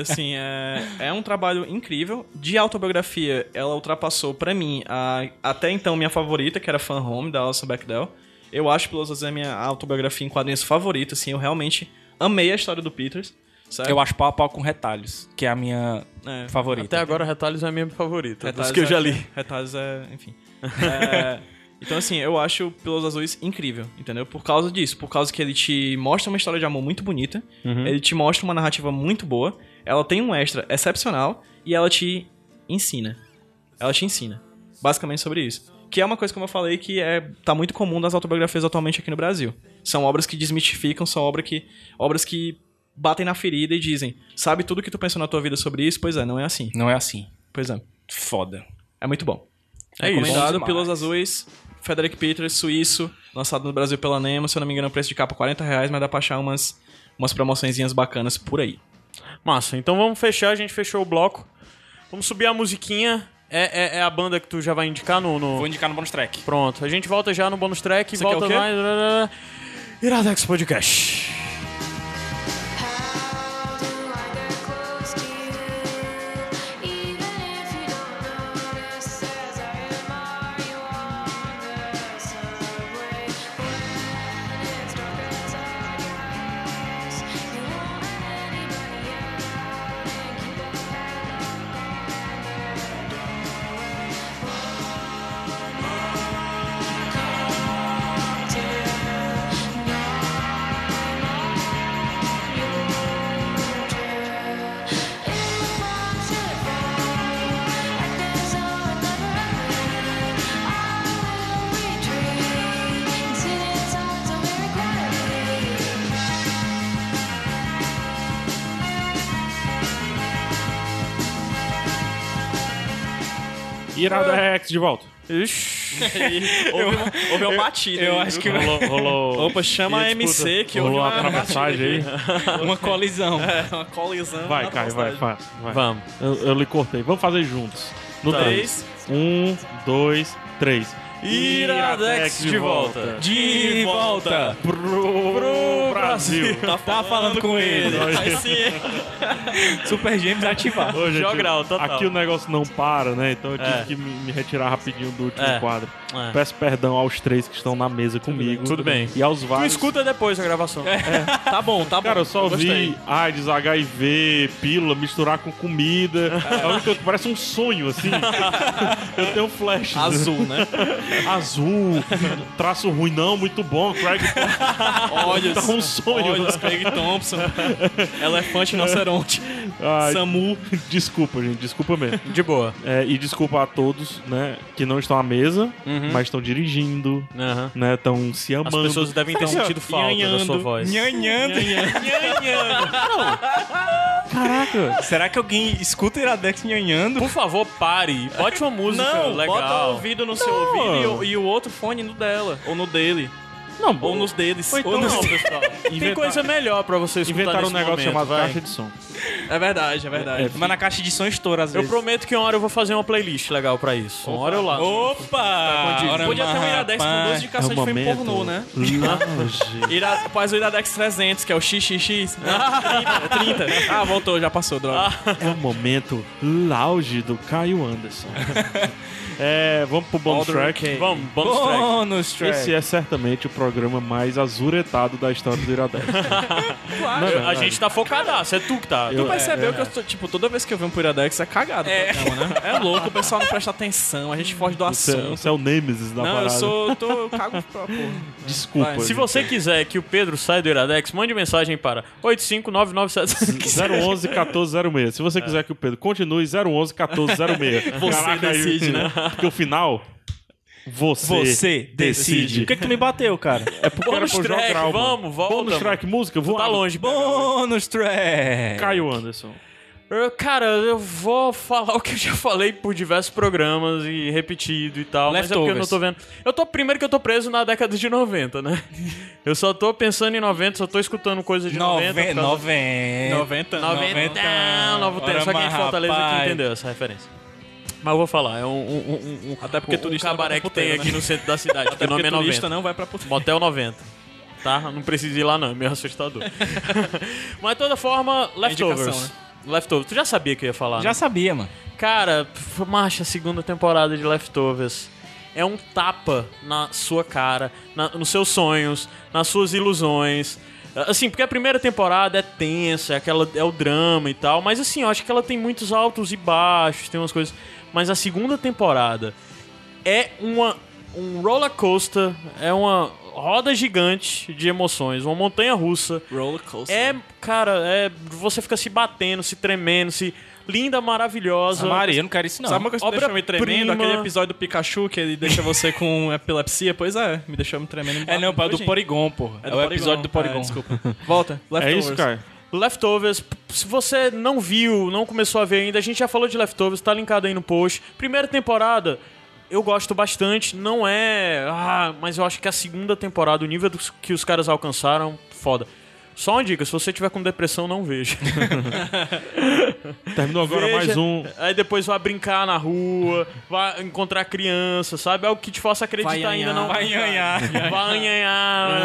S5: assim, é, é um trabalho incrível. De autobiografia, ela ultrapassou, pra mim, a, até então minha favorita, que era Fan Home, da Alison Bechdel. Eu acho, pelos vezes, a minha autobiografia em quadrinhos favorita, assim. Eu realmente amei a história do Peters. certo?
S4: Eu acho pau a pau com retalhos, que é a minha
S5: É.
S4: favorita.
S3: Até agora, Retalhos é a minha favorita.
S5: Retalhos
S3: Dos que eu
S5: é-
S3: já li.
S5: Retalhos é, enfim. É, então, assim, eu acho Pilos Azuis incrível, entendeu? Por causa disso. Por causa que ele te mostra uma história de amor muito bonita.
S3: Uhum.
S5: Ele te mostra uma narrativa muito boa. Ela tem um extra excepcional. E ela te ensina. Ela te ensina. Basicamente sobre isso. Que é uma coisa, como eu falei, que é, tá muito comum das autobiografias atualmente aqui no Brasil. São obras que desmitificam, são obra que, obras que batem na ferida e dizem: sabe tudo que tu pensou na tua vida sobre isso? Pois é, não é assim.
S4: Não é assim.
S5: Pois é.
S4: Foda.
S5: É muito bom.
S4: É isso.
S5: Recomendado
S4: Bom demais.
S5: Pílulas Azuis, Frederick Peters, suíço, lançado no Brasil pela Nemo. Se eu não me engano, o preço de capa é 40 reais, mas dá pra achar umas, umas promoçõezinhas bacanas por aí.
S3: Massa, então vamos fechar, a gente fechou o bloco. Vamos subir a musiquinha. É, é- é a banda que tu já vai indicar no. no-
S4: Vou indicar no bonus track.
S3: Pronto, a gente volta já no bonus track.
S5: Você
S3: volta
S5: quer o quê?
S3: mais. né, Iradex Podcast.
S6: How do I get close to you? Even if you don't notice, as I admire you on the subway. When it's dark outside your house, you won't let anybody out and keep a head on the doorway. One more cocktail. No. Thank
S2: Iradex de volta.
S5: Houve uma, houve uma batida. Eu, acho que
S2: Rolou. rolou
S5: Opa, chama a
S2: e disputa.
S5: MC que
S2: rolou
S5: houve
S2: uma
S5: uma
S2: ultrapassagem aí.
S4: Uma colisão.
S5: uma colisão.
S2: Vai,
S5: na
S2: Caio, vai,
S5: velocidade.
S2: vai, vai.
S3: Vamos.
S2: Eu, eu lhe cortei. Vamos fazer juntos. No
S3: Tá.
S2: três. Um, dois, três.
S3: Iradex de volta.
S4: De volta.
S2: Pro, Brasil.
S4: Tá falando com ele.
S2: Hoje,
S4: Super Gêmeos ativar.
S2: hoje,
S3: Jogral, total.
S2: Aqui o negócio não para, né? Então eu tive
S3: É.
S2: que me, me retirar rapidinho do último
S3: É.
S2: quadro.
S3: É.
S2: Peço perdão aos três que estão na mesa comigo.
S3: Tudo bem.
S2: E aos
S3: Tu
S2: vários.
S3: escuta depois a gravação.
S5: Tá bom, tá bom.
S2: Cara, eu só
S5: gostei.
S2: vi AIDS, HIV, pílula, misturar com comida. É uma coisa que parece um sonho, assim. eu tenho flash.
S5: Azul, né?
S2: Azul. Traço ruim, não, muito bom. Craig
S5: Olhos.
S2: tá um sonho.
S5: Olhos, Craig Thompson. Elefante Noceronte.
S2: Ai,
S5: Samu.
S2: desculpa, gente, desculpa mesmo.
S3: De boa.
S2: É, e desculpa a todos, né, que não estão à mesa, mas estão dirigindo,
S3: Aham.
S2: né, estão se
S3: Uhum. As
S2: amando.
S3: pessoas devem ter sentido falta da sua voz.
S4: Nhanhando.
S2: Caraca,
S4: Será que alguém escuta o Iradex nhanhando?
S3: Por favor, pare. Bote uma música
S5: Não,
S3: legal.
S5: bota o ouvido no seu ouvido e o- e, o outro fone no dela. Ou no dele.
S2: Não,
S5: ou nos deles.
S3: Ou não,
S5: ou nos...
S3: pessoal. um- Tem
S2: Inventaram-
S3: coisa melhor pra você escutar
S2: inventaram um
S3: nesse
S2: negócio chamado
S3: momento, vai.
S2: caixa de som.
S5: É verdade, é verdade.
S4: Mas na caixa de som estoura às
S3: Eu
S4: vezes.
S3: prometo que uma hora eu vou fazer uma playlist legal pra isso. Uma hora eu lá.
S4: Opa! Ora,
S5: Podia ter um Iradex com duas
S4: rapaz.
S2: É
S5: indicações
S2: um
S5: de filme
S2: momento
S5: pornô, né?
S2: Longe.
S5: Ira, faz o Iradex 300, que é o XXX. Não, 30. Ah, voltou, já passou, droga.
S2: É o momento lounge do Caio Anderson. É, vamos pro bonus
S5: Alder
S2: track.
S5: Kane.
S3: Vamos, vamos, track.
S5: Ah,
S4: Bônus track.
S2: Esse é certamente o programa mais azuretado da história do Iradex. Não, não,
S3: A
S2: não.
S3: gente tá focadaço, é tu que tá.
S2: Eu-
S5: Tu percebeu que eu tô, tipo, toda vez que eu venho pro Iradex é cagado é. programa, né? É louco, o pessoal não presta atenção, a gente foge do
S2: Você,
S5: assunto.
S2: você é o Nemesis da
S5: Não,
S2: parada.
S5: eu sou. eu tô, eu cago pra porra.
S2: Desculpa.
S5: Vai,
S3: Se
S2: gente.
S3: você quiser que o Pedro saia do Iradex, mande mensagem para 85997.
S2: 011 1406. Se você quiser que o Pedro continue, 011 1406.
S5: Você
S2: aí-
S5: decide, né?
S2: Porque o final, você,
S4: Você decide.
S2: decide.
S4: Por que, que tu me bateu, cara?
S2: É porque
S3: Bônus
S2: era pra eu
S3: track,
S2: jogar, mano.
S3: vamos, volta,
S2: Bônus
S3: mano.
S2: track, música, vou
S3: tá longe.
S4: Bônus track.
S2: Caio Anderson. É
S3: Eu- Cara, eu vou falar o que eu já falei por diversos programas e repetido e tal, mas é porque eu não
S4: Leftovers.
S3: tô vendo. Eu tô primeiro que eu tô preso na década de 90, né? Eu só tô pensando em 90, só tô escutando coisa de 90. por
S4: Noven-
S3: causa-
S4: Noventa.
S5: 90
S3: 90,
S5: anos.
S3: novo tempo. Só quem é de Fortaleza que entendeu essa referência. Mas eu vou falar, é um, um, um, um
S5: Até porque
S3: um, um
S5: turista não vai
S3: cabaré
S5: pra
S3: que tem
S5: puteiro,
S3: aqui
S5: né?
S3: no centro da cidade, que o
S5: Até
S3: nome
S5: porque
S3: é
S5: turista
S3: 90.
S5: não vai pra puta.
S3: Motel 90. Tá? Eu Não preciso ir lá, não. É meio assustador. Mas, de toda forma, leftovers.
S5: indicação,
S3: Leftovers. Tu É né? já sabia que eu ia falar,
S4: Já
S3: né?
S4: sabia, mano.
S3: Cara, pf, marcha, segunda temporada de Leftovers. É um tapa na sua cara, na- nos seus sonhos, nas suas ilusões, Assim, porque a primeira temporada é tensa, é, aquela, é o drama e tal, mas assim, eu acho que ela tem muitos altos e baixos, tem umas coisas. Mas a segunda temporada é uma, um roller coaster, é uma roda gigante de emoções, uma montanha russa.
S5: Roller coaster.
S3: É, cara, é, você fica se batendo, se tremendo, se. Linda, maravilhosa.
S4: Maria, eu não quero isso não.
S5: Sabe uma coisa que
S3: Obra
S5: deixou me tremendo?
S3: prima.
S5: Aquele episódio do Pikachu que ele deixa você com epilepsia? Pois é, me deixou me tremendo.
S4: É não, pá, do
S5: Gente,
S4: Porygon, porra. É,
S5: do
S4: o
S5: Porygon.
S4: episódio do Porygon.
S5: É, desculpa. Volta,
S2: É
S5: leftovers.
S2: isso, cara.
S3: Leftovers, p- se você não viu, não começou a ver ainda, a gente já falou de Leftovers, tá linkado aí no post. Primeira temporada, eu gosto bastante, não é. Ah, mas eu acho que a segunda temporada, o nível dos- que os caras alcançaram, foda. Só uma dica, se você tiver com depressão, não veja.
S2: Terminou agora
S3: Veja,
S2: mais um.
S3: Aí depois vai brincar na rua, vai encontrar criança, sabe? É o que te faça acreditar
S5: Vai
S3: ainda,
S5: anhar.
S3: não.
S5: Vai
S3: anhanhar. Vai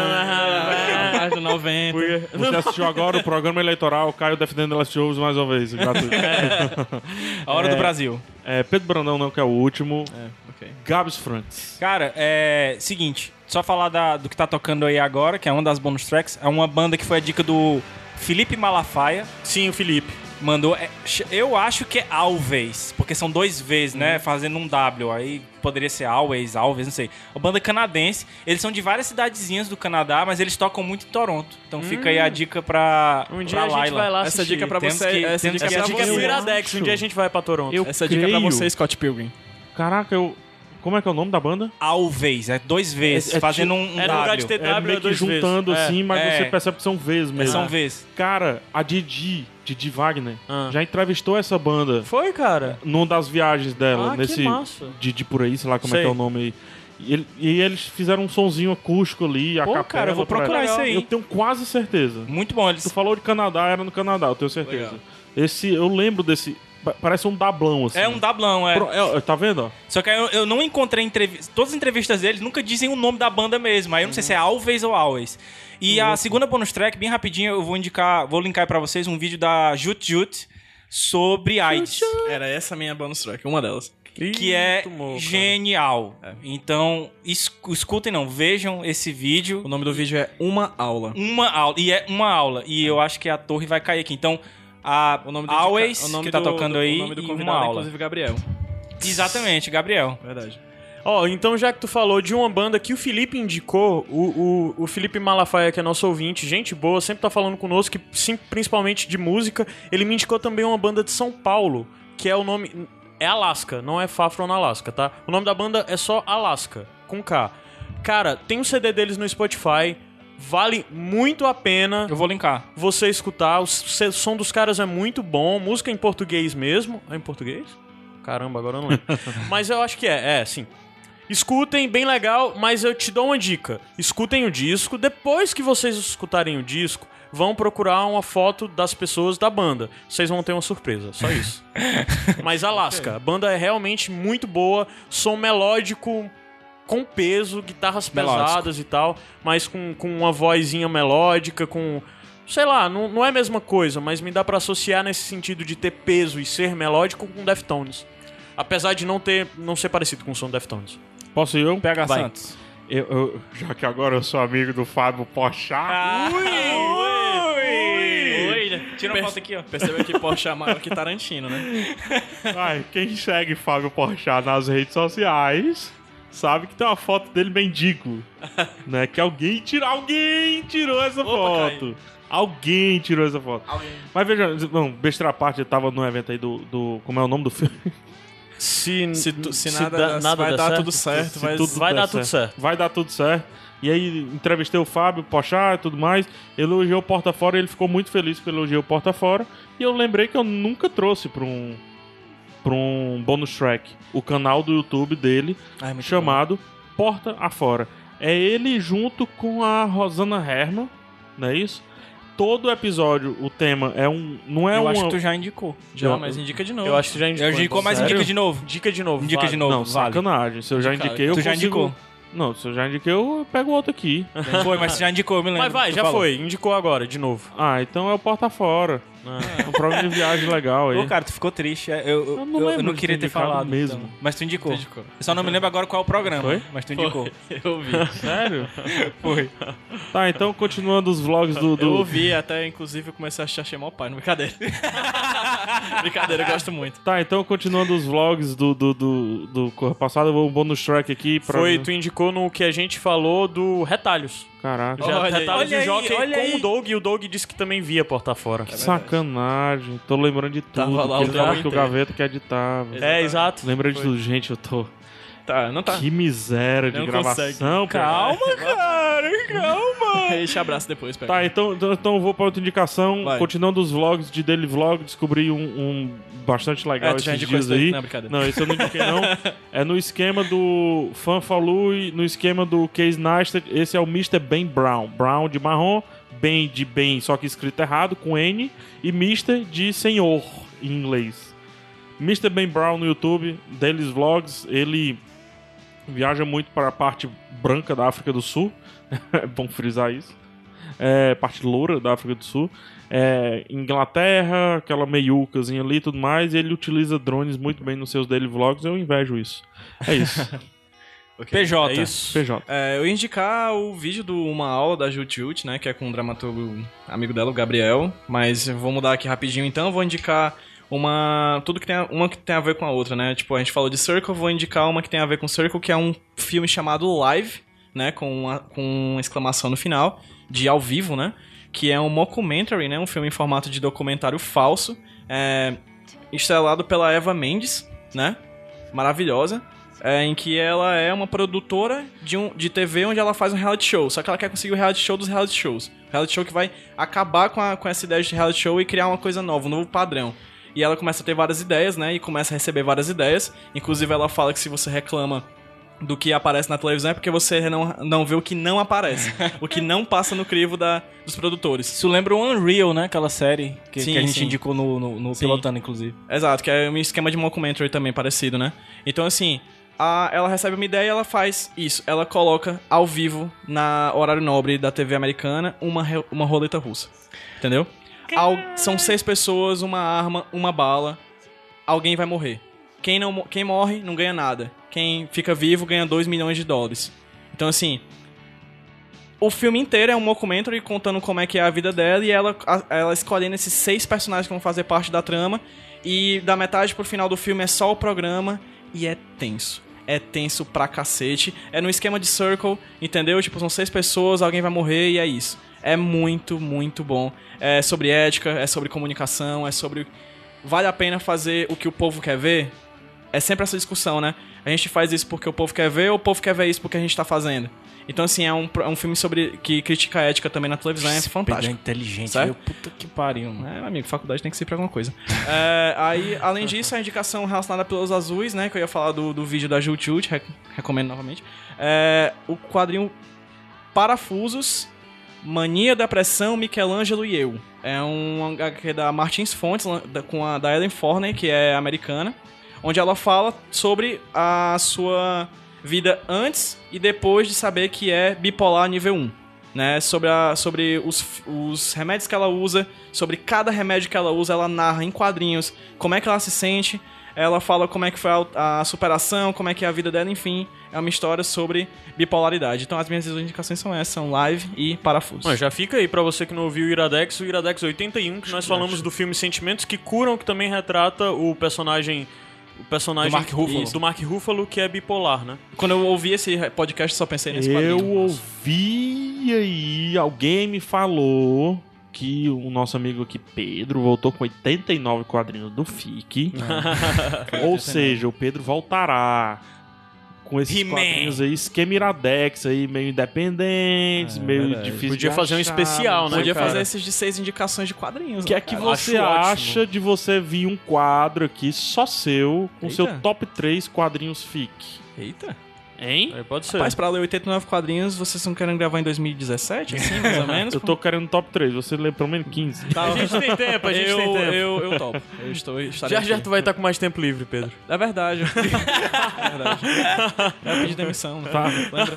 S5: É,
S3: anhanhar.
S5: mais do 90.
S2: Você assistiu agora o programa eleitoral, Caio defendendo Last Shows mais uma vez. gratuito.
S4: A Hora do Brasil.
S2: É, Pedro Brandão não, que é o último.
S5: ok.
S2: Gabs Franks.
S4: Cara, é. Seguinte, só falar da- do que tá tocando aí agora, que é uma das bonus tracks. É uma banda que foi a dica do Felipe Malafaia.
S3: Sim, o Felipe.
S4: Mandou. é, ch- eu acho que é Always, porque são dois Vs, né?
S3: Uhum.
S4: Fazendo um W. Aí poderia ser Always, Always, não sei. A banda canadense. Eles são de várias cidadezinhas do Canadá, mas eles tocam muito em Toronto. Então fica aí a dica pra.
S3: Hum. Um dia
S4: pra
S3: a gente
S4: Laila.
S3: vai lá
S5: Essa
S3: assistir.
S5: dica é pra
S4: Temos
S5: você.
S4: que- temos
S5: essa dica
S4: que-
S5: é
S3: Essa
S5: pra
S3: dica é
S5: você.
S3: pro Iradex, um dia a gente vai pra Toronto.
S2: Eu
S5: Essa dica é pra
S2: creio-
S5: você, Scott Pilgrim.
S2: Caraca, eu. Como é que é o nome da banda?
S4: Always, é dois Vs,
S2: É- é
S4: fazendo
S5: tipo
S4: um, um
S3: é no lugar
S4: W.
S3: de TW,
S2: é meio que
S3: dois
S2: juntando
S3: vezes. É.
S2: assim, mas
S4: É.
S2: você percebe que são vezes mesmo.
S5: né?
S4: São Vs.
S2: Cara, a Didi, Didi Wagner,
S3: Ah.
S2: já entrevistou essa banda
S3: Foi, cara?
S2: numa das viagens dela,
S3: Ah, que
S2: nesse
S3: massa.
S2: Didi por aí, sei lá como é
S3: Sei.
S2: que é o nome aí. E, ele- e eles fizeram um sonzinho acústico ali, a
S4: Pô,
S2: capela.
S4: cara, eu vou
S2: pra-
S4: procurar isso aí.
S2: Eu tenho quase certeza.
S4: Muito bom,
S2: Tu
S4: eles.
S2: falou de Canadá, era no Canadá, eu tenho certeza.
S5: Legal.
S2: Esse, eu lembro desse. pa- Parece um dablão, assim.
S4: É um dablão, é.
S2: Pro- é, Tá vendo? ó?
S4: Só que eu, eu não encontrei entrevistas. Todas as entrevistas deles nunca dizem o nome da banda mesmo. Aí eu não sei se é Always ou Always. E
S5: Uhum.
S4: a segunda bonus track, bem rapidinho, eu vou indicar, vou linkar aí pra vocês um vídeo da Jut Jut sobre AIDS.
S5: Era essa minha bonus track, uma delas.
S4: Que é
S3: Tomou, cara.
S5: né?
S4: genial.
S5: É.
S4: Então, es- escutem não, vejam esse vídeo.
S5: O nome do vídeo é Uma Aula.
S4: Uma aula. E é uma aula. E eu acho que a torre vai cair aqui. Então, a
S5: O nome do
S4: Always,
S5: o nome
S4: que tá
S5: do-
S4: tocando
S5: do-
S4: aí,
S5: O nome do
S4: e
S5: convidado,
S4: uma
S5: é,
S4: aula.
S5: inclusive Gabriel.
S4: Exatamente, Gabriel.
S5: Verdade.
S3: Ó, então já que tu falou de uma banda que o Felipe indicou, o, o, o Felipe Malafaia, que é nosso ouvinte, gente boa, sempre tá falando conosco, que, sim, principalmente de música, ele me indicou também uma banda de São Paulo, que é o nome. É Alaska, não é Fafron Alaska, tá? O nome da banda é só Alaska, com K. Cara, tem um CD deles no Spotify, vale muito a pena
S4: Eu vou linkar.
S3: você escutar. O s- o som dos caras é muito bom. Música em português mesmo. É em português? Caramba, agora eu não lembro. mas eu acho que é, é, sim. Escutem, bem legal, mas eu te dou uma dica. Escutem o disco, depois que vocês escutarem o disco, vão procurar uma foto das pessoas da banda. Vocês vão ter uma surpresa, só isso. mas Alaska, a banda é realmente muito boa, som melódico com peso, guitarras
S4: Melódico.
S3: pesadas e tal, mas com, com uma vozinha melódica, com. Sei lá, não, não é a mesma coisa, mas me dá pra associar nesse sentido de ter peso e ser melódico com Deftones. Apesar de não ter não ser parecido com o som do Deftones.
S2: Posso ir eu?
S4: PH
S3: Vai.
S4: Santos.
S2: Eu, eu- já que agora eu sou amigo do Fábio Pochá.
S4: Oi, tira uma
S5: Perce-
S4: foto aqui, ó.
S5: Percebeu que Porsche é maior que Tarantino, né?
S2: Ai, quem segue Fábio Pochá nas redes sociais sabe que tem uma foto dele mendigo. né? Que alguém tirou. Alguém tirou essa foto. Alguém tirou essa foto. Mas veja, não, besteira à parte, eu tava num evento aí do. do como é o nome do filme?
S3: Se,
S5: Se, tu- se
S3: se
S5: nada,
S3: dá-
S5: se
S3: nada
S5: vai
S3: der
S5: dar
S3: certo,
S5: tudo certo,
S2: Se
S5: vai...
S2: tudo
S3: vai dar tudo certo.
S2: Vai dar tudo certo. E aí entrevistei o Fábio Pochá e tudo mais, elogiou o Porta Fora, ele ficou muito feliz que eu elogiei o Porta Fora. E eu lembrei que eu nunca trouxe pra um para um bonus track, o canal do YouTube dele,
S5: Ai, muito
S2: chamado Porta Afora. É ele junto com a Rosana Herman, não é isso? Todo episódio o tema é um, não é
S4: eu
S2: um
S4: acho que tu já indicou.
S5: Já, mas indica de novo.
S3: Eu acho que já indicou.
S4: Eu indicou, mas
S3: Sério?
S4: indica de novo.
S3: Dica de novo.
S4: Indica
S3: vale.
S4: de novo,
S2: não,
S4: vale.
S2: sacanagem. Se eu já indiquei, eu
S4: tu já
S2: consigo-
S4: indicou.
S2: Não, se eu já indiquei, eu pego outro aqui.
S4: Foi, mas tu já indicou, eu me lembro.
S3: Mas vai,
S4: Tu
S3: já
S4: falou.
S3: foi. Indicou agora, de novo.
S2: Ah, então é o porta fora. Um programa de viagem legal aí.
S4: Pô, cara, tu ficou triste. é, Eu, eu, eu não,
S2: lembro de
S4: queria
S2: ter
S4: ter
S2: indicado
S4: falado.
S2: mesmo.
S4: então. Mas tu indicou.
S5: indicou.
S4: Eu só não me lembro agora qual é o programa.
S2: Foi?
S4: Mas tu indicou.
S5: Eu vi.
S2: Sério?
S4: Foi.
S2: Tá, então continuando os vlogs do. do-
S5: Eu ouvi, até inclusive eu comecei a achar achei mó pai, né? brincadeira. brincadeira, eu gosto muito.
S2: Tá, então continuando os vlogs do, do, do, do Corra Passada, eu vou um bônus track aqui pra.
S3: Foi, tu indicou no que a gente falou do Retalhos.
S2: Caraca.
S3: Já,
S5: Olha aí,
S3: retalhos
S4: olha
S3: de Jockey
S4: aí, olha
S3: com
S4: aí.
S3: o Doug e o Doug disse que também via Porta Fora.
S2: Que sacanagem. Tô lembrando de tudo.
S5: É Tava lá
S2: que
S5: o
S2: ele tava
S5: tempo
S2: que o
S5: inteiro.
S2: Gaveta que editava.
S3: É, exato.
S2: Lembra de tudo, gente, eu tô.
S5: Tá, não tá.
S2: Que miséria de
S5: Não
S2: gravação,
S5: consegue.
S2: cara.
S5: cara, calma. Deixa abraço depois, pega.
S2: Tá, então, então, então eu vou pra outra indicação.
S5: Vai.
S2: Continuando os vlogs de Daily Vlog, descobri um, um bastante legal
S5: É, tu já
S2: esses
S5: indicou
S2: dias
S5: isso daí?
S2: aí.
S5: Não, brincadeira.
S2: Não, esse eu não indiquei, não. É no esquema do Fanfalu e no esquema do Case Neistat. Esse é o Mr. Ben Brown. Brown de marrom, Ben de Ben, só que escrito errado, com N. E Mr. de senhor, em inglês. Mr. Ben Brown no YouTube, deles vlogs, ele viaja muito para a parte branca da África do Sul. é bom frisar isso. É, parte loura da África do Sul. É, Inglaterra, aquela meiucazinha ali e tudo mais. E ele utiliza drones muito bem nos seus daily vlogs. Eu invejo isso. É isso.
S4: PJ.
S3: É isso.
S2: PJ.
S5: É, eu ia indicar o vídeo do Uma Aula da Jutiut, né? Que é com um dramaturgo amigo dela, o Gabriel. Mas eu vou mudar aqui rapidinho, então. Eu vou indicar uma. Tudo que tem a, uma que tem a ver com a outra, né? Tipo, a gente falou de Circle, eu vou indicar uma que tem a ver com Circle, que é um filme chamado Live, né? Com uma, com uma exclamação no final, de ao vivo, né? Que é um mockumentary, né? Um filme em formato de documentário falso. É, estrelado pela Eva Mendes, né? Maravilhosa é, em que ela é uma produtora de, um, de TV onde ela faz um reality show. Só que ela quer conseguir o reality show dos reality shows. Reality show que vai acabar com, a- com essa ideia de reality show e criar uma coisa nova, um novo padrão. E ela começa a ter várias ideias, né? E começa a receber várias ideias. Inclusive, ela fala que se você reclama do que aparece na televisão é porque você não, não vê o que não aparece. o que não passa no crivo da, dos produtores.
S4: Isso lembra o Unreal, né? Aquela série que,
S5: Sim,
S4: que a gente
S5: sim.
S4: indicou no, no, no
S5: Sim.
S4: Pilotando, inclusive.
S5: Exato, que é um esquema de mockumentary também parecido, né? Então, assim, a- ela recebe uma ideia e ela faz isso. Ela coloca ao vivo, na horário nobre da TV americana, uma, re- uma roleta russa. Entendeu? Al- são seis pessoas, uma arma, uma bala. Alguém vai morrer. Quem, não, mo- quem morre não ganha nada. Quem fica vivo ganha 2 milhões de dólares. Então, assim, o filme inteiro é um mockumentary contando como é que é a vida dela e ela, a- ela escolhendo esses seis personagens que vão fazer parte da trama. E da metade pro final do filme é só o programa e é tenso. É tenso pra cacete. É no esquema de Circle, entendeu? Tipo, são seis pessoas, alguém vai morrer e é isso. É muito, muito bom. É sobre ética, é sobre comunicação, é sobre. Vale a pena fazer o que o povo quer ver? É sempre essa discussão, né? A gente faz isso porque o povo quer ver ou o povo quer ver isso porque a gente tá fazendo? Então, assim, é um, pro- é um filme sobre que critica a ética também na televisão, é
S4: Esse Pedro é
S5: fantástico.
S4: inteligente.
S5: Certo?
S4: viu? Puta que pariu, mano.
S5: É, meu amigo, faculdade tem que ser pra alguma coisa. É, aí, além disso, a indicação relacionada a Pelos Azuis, né? Que eu ia falar do, do vídeo da Jutut, rec recomendo novamente. É, o quadrinho Parafusos, Mania, Depressão, Michelangelo e Eu. É um HQ da Martins Fontes, lan- da- com a da Ellen Forney, que é americana, onde ela fala sobre a sua vida antes e depois de saber que é bipolar nível 1. Né, sobre a, sobre os, f- os remédios que ela usa, sobre cada remédio que ela usa, ela narra em quadrinhos como é que ela se sente, ela fala como é que foi a, a superação, como é que é a vida dela, enfim, é uma história sobre bipolaridade. Então as minhas indicações são essas, são live e parafuso.
S3: Mas já fica aí pra você que não ouviu o Iradex, o Iradex 81, que nós falamos do filme Sentimentos que Curam, que também retrata o personagem o personagem
S4: Do Mark Ruffalo.
S3: Isso, do Mark Ruffalo, que é bipolar, né?
S5: Quando eu ouvi esse podcast, eu só pensei nesse
S2: Eu
S5: quadrinho.
S2: ouvi aí, alguém me falou que o nosso amigo aqui, Pedro, voltou com 89 quadrinhos do FIC.
S5: Ah,
S2: Ou seja, o Pedro voltará com esses
S4: He-Man.
S2: quadrinhos aí, esquema Iradex aí, meio independentes, meio
S5: É verdade.
S2: difícil
S3: Podia
S2: de
S3: fazer um
S2: achar,
S3: especial,
S2: não
S3: né,
S2: sei
S5: Podia
S2: o quê.
S5: fazer esses de seis indicações de quadrinhos.
S2: O que
S5: né,
S2: é que
S5: cara?
S2: você
S3: acho ótimo.
S2: acha de você vir um quadro aqui só seu, com seu
S5: Eita.
S2: top 3 quadrinhos FIC?
S5: Eita.
S3: Hein? É, Pode ser.
S5: Mas pra ler 89 quadrinhos, vocês estão querendo gravar em 2017, assim, mais ou menos?
S2: Eu tô querendo top 3, você lê pelo menos 15.
S3: A gente tem tempo, a gente
S5: eu,
S3: tem tempo.
S5: Eu, eu topo. Eu estou, estarei
S3: Já já
S5: aqui.
S3: tu vai estar com mais tempo livre, Pedro.
S5: É verdade. É verdade. Eu pedi demissão, né?
S2: Tá.
S5: Lembra?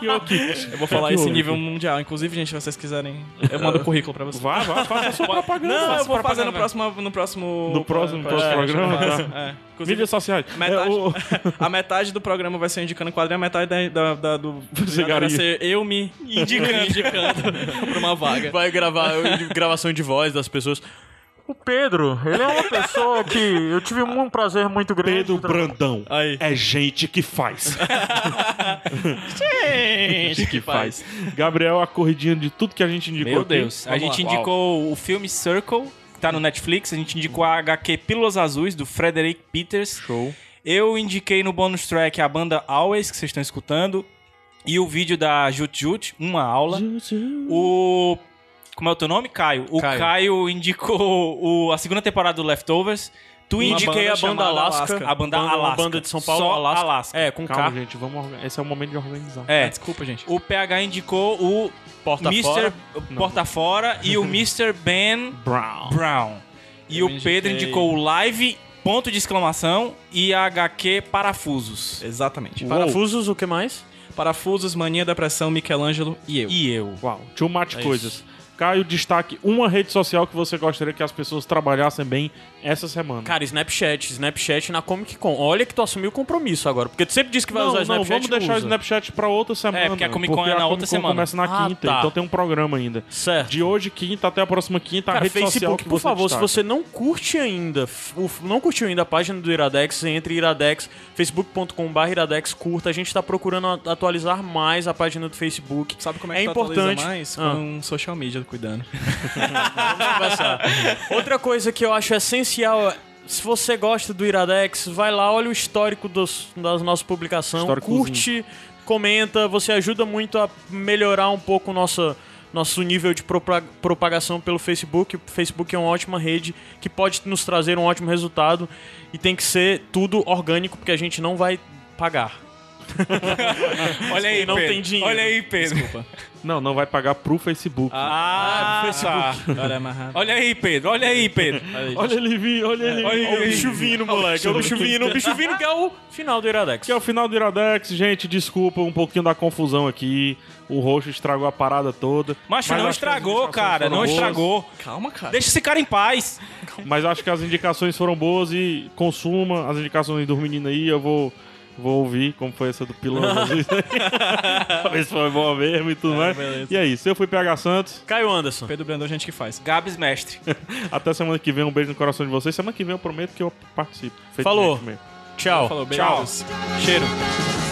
S2: E o Kit?
S5: Eu vou falar isso em nível mundial. Inclusive, gente, se vocês quiserem, eu
S2: É.
S5: mando o currículo pra vocês.
S2: Vá, vá, faça a sua propaganda.
S5: Não,
S2: faça
S5: eu vou fazer
S2: propaganda.
S5: no próximo... No próximo,
S2: No próximo-
S5: pro-
S2: próximo
S5: é,
S2: programa,
S5: próximo,
S2: tá.
S5: é. Inclusive,
S2: Mídias sociais.
S5: Metade.
S2: É, o-
S5: a metade do programa vai ser indicando quadrinho, a metade da, da- da- do...
S2: Cigarinho.
S5: Vai ser eu me indicando, pra uma vaga.
S3: Vai gravar gravação de voz das pessoas.
S7: O Pedro, ele é uma pessoa que eu tive um prazer muito grande.
S2: Pedro Brandão.
S5: Aí.
S2: É gente que faz.
S5: Gente, que faz.
S2: Gabriel, a corridinha de tudo que a gente indicou.
S4: Meu
S2: aqui.
S4: Deus. A
S5: Vamos
S4: gente
S5: lá.
S4: indicou o filme Circle, que tá no Netflix. A gente indicou a HQ Pílulas Azuis, do Frederick Peters. Show. Eu indiquei no bonus track a banda Always, que vocês estão escutando. E o vídeo da Jut Jut, uma aula. O. Como é o teu nome, Caio? O Caio,
S5: Caio.
S4: indicou o- a segunda temporada do Leftovers. Tu
S5: Uma
S4: indiquei
S5: banda
S4: a banda
S5: chamada
S4: Alaska.
S5: Alaska.
S4: A banda
S3: Banda- uma
S4: Alaska.
S3: banda de São Paulo,
S4: Só
S3: Alaska.
S4: É.
S3: É, com
S2: Calma,
S3: K. Ah,
S2: gente, vamos organ- Esse é o momento de organizar.
S4: é.
S5: Desculpa, gente.
S4: O PH indicou o
S3: Porta
S4: Mr.
S3: fora.
S4: Porta Fora e o Mr. Ben
S2: Brown.
S4: Brown. E
S5: Eu
S4: o Pedro
S5: indiquei-
S4: indicou o live, ponto de exclamação e a HQ Parafusos.
S5: Exatamente.
S3: Parafusos, o que mais?
S5: Parafusos, Mania, Depressão, Michelangelo e eu.
S4: E eu.
S2: Uau, too much
S3: É
S2: coisas. Caio, destaque uma rede social que você gostaria que as pessoas trabalhassem bem essa semana.
S3: Cara, Snapchat. Snapchat na Comic Con. Olha que tu assumiu o compromisso agora. Porque tu sempre disse que vai
S2: não,
S3: usar
S2: não,
S3: Snapchat.
S2: vamos deixar o
S3: usa.
S2: Snapchat pra outra semana.
S4: porque a Comic Con é na
S2: a
S4: outra
S2: Comic Con
S4: semana.
S2: começa na
S3: Ah,
S2: quinta,
S3: tá.
S2: então tem um programa ainda.
S3: Certo.
S2: De hoje, quinta, até a próxima quinta, a
S3: Cara,
S2: tá rede social
S3: Facebook,
S2: que
S3: por
S2: você
S3: favor,
S2: destaca.
S3: se você não curte ainda, f- o f- não curtiu ainda a página do Iradex, entre Iradex, facebook.com.br Iradex curta. A gente tá procurando a- atualizar mais a página do Facebook.
S5: Sabe como é que
S3: é
S5: tu atualiza
S3: importante.
S5: mais? Com
S3: Ah.
S5: um social media cuidando.
S3: Outra coisa que eu acho essencial é. Se você gosta do Iradex, vai lá, olha o histórico dos, das nossas publicações,
S2: Históricozinho.
S3: curte, comenta, você ajuda muito a melhorar um pouco o nosso, nosso nível de propa- propagação pelo Facebook. O Facebook é uma ótima rede que pode nos trazer um ótimo resultado e tem que ser tudo orgânico, porque a gente não vai pagar.
S4: Olha aí,
S3: não
S4: Pedro.
S3: tem dinheiro.
S4: Olha aí, Pedro.
S2: Não, não vai pagar pro Facebook.
S4: Ah, tá.
S5: Olha, é amarrado.
S4: Olha aí, Pedro. Olha aí, Pedro.
S2: olha ele vir, olha ele vir.
S3: Olha o bicho vindo, moleque. Olha o bicho vindo. O bicho vindo que é o final do Iradex.
S2: Que é o final do Iradex, gente. Desculpa um pouquinho da confusão aqui. O roxo estragou a parada toda.
S4: Macho,
S2: Mas
S4: não
S2: acho que as
S4: estragou,
S2: indicações
S4: cara.
S2: foram
S4: Não
S2: boas.
S4: estragou.
S5: Calma, cara.
S4: Deixa esse cara em paz.
S2: Mas acho que as indicações foram boas e consuma as indicações dos meninos aí. Eu vou, vou ouvir como foi essa do piloto. pra ver se foi boa mesmo e tudo mais. E é isso. Eu fui PH Santos.
S3: Caio Anderson.
S5: Pedro Brandão, gente que faz.
S4: Gabs, mestre.
S2: Até semana que vem. Um beijo no coração de vocês. Semana que vem eu prometo que eu participo. Feito
S3: Falou.
S2: gente mesmo.
S3: Tchau.
S5: Falou,
S3: Tchau.
S5: beijos. Cheiro.
S6: Cheiro.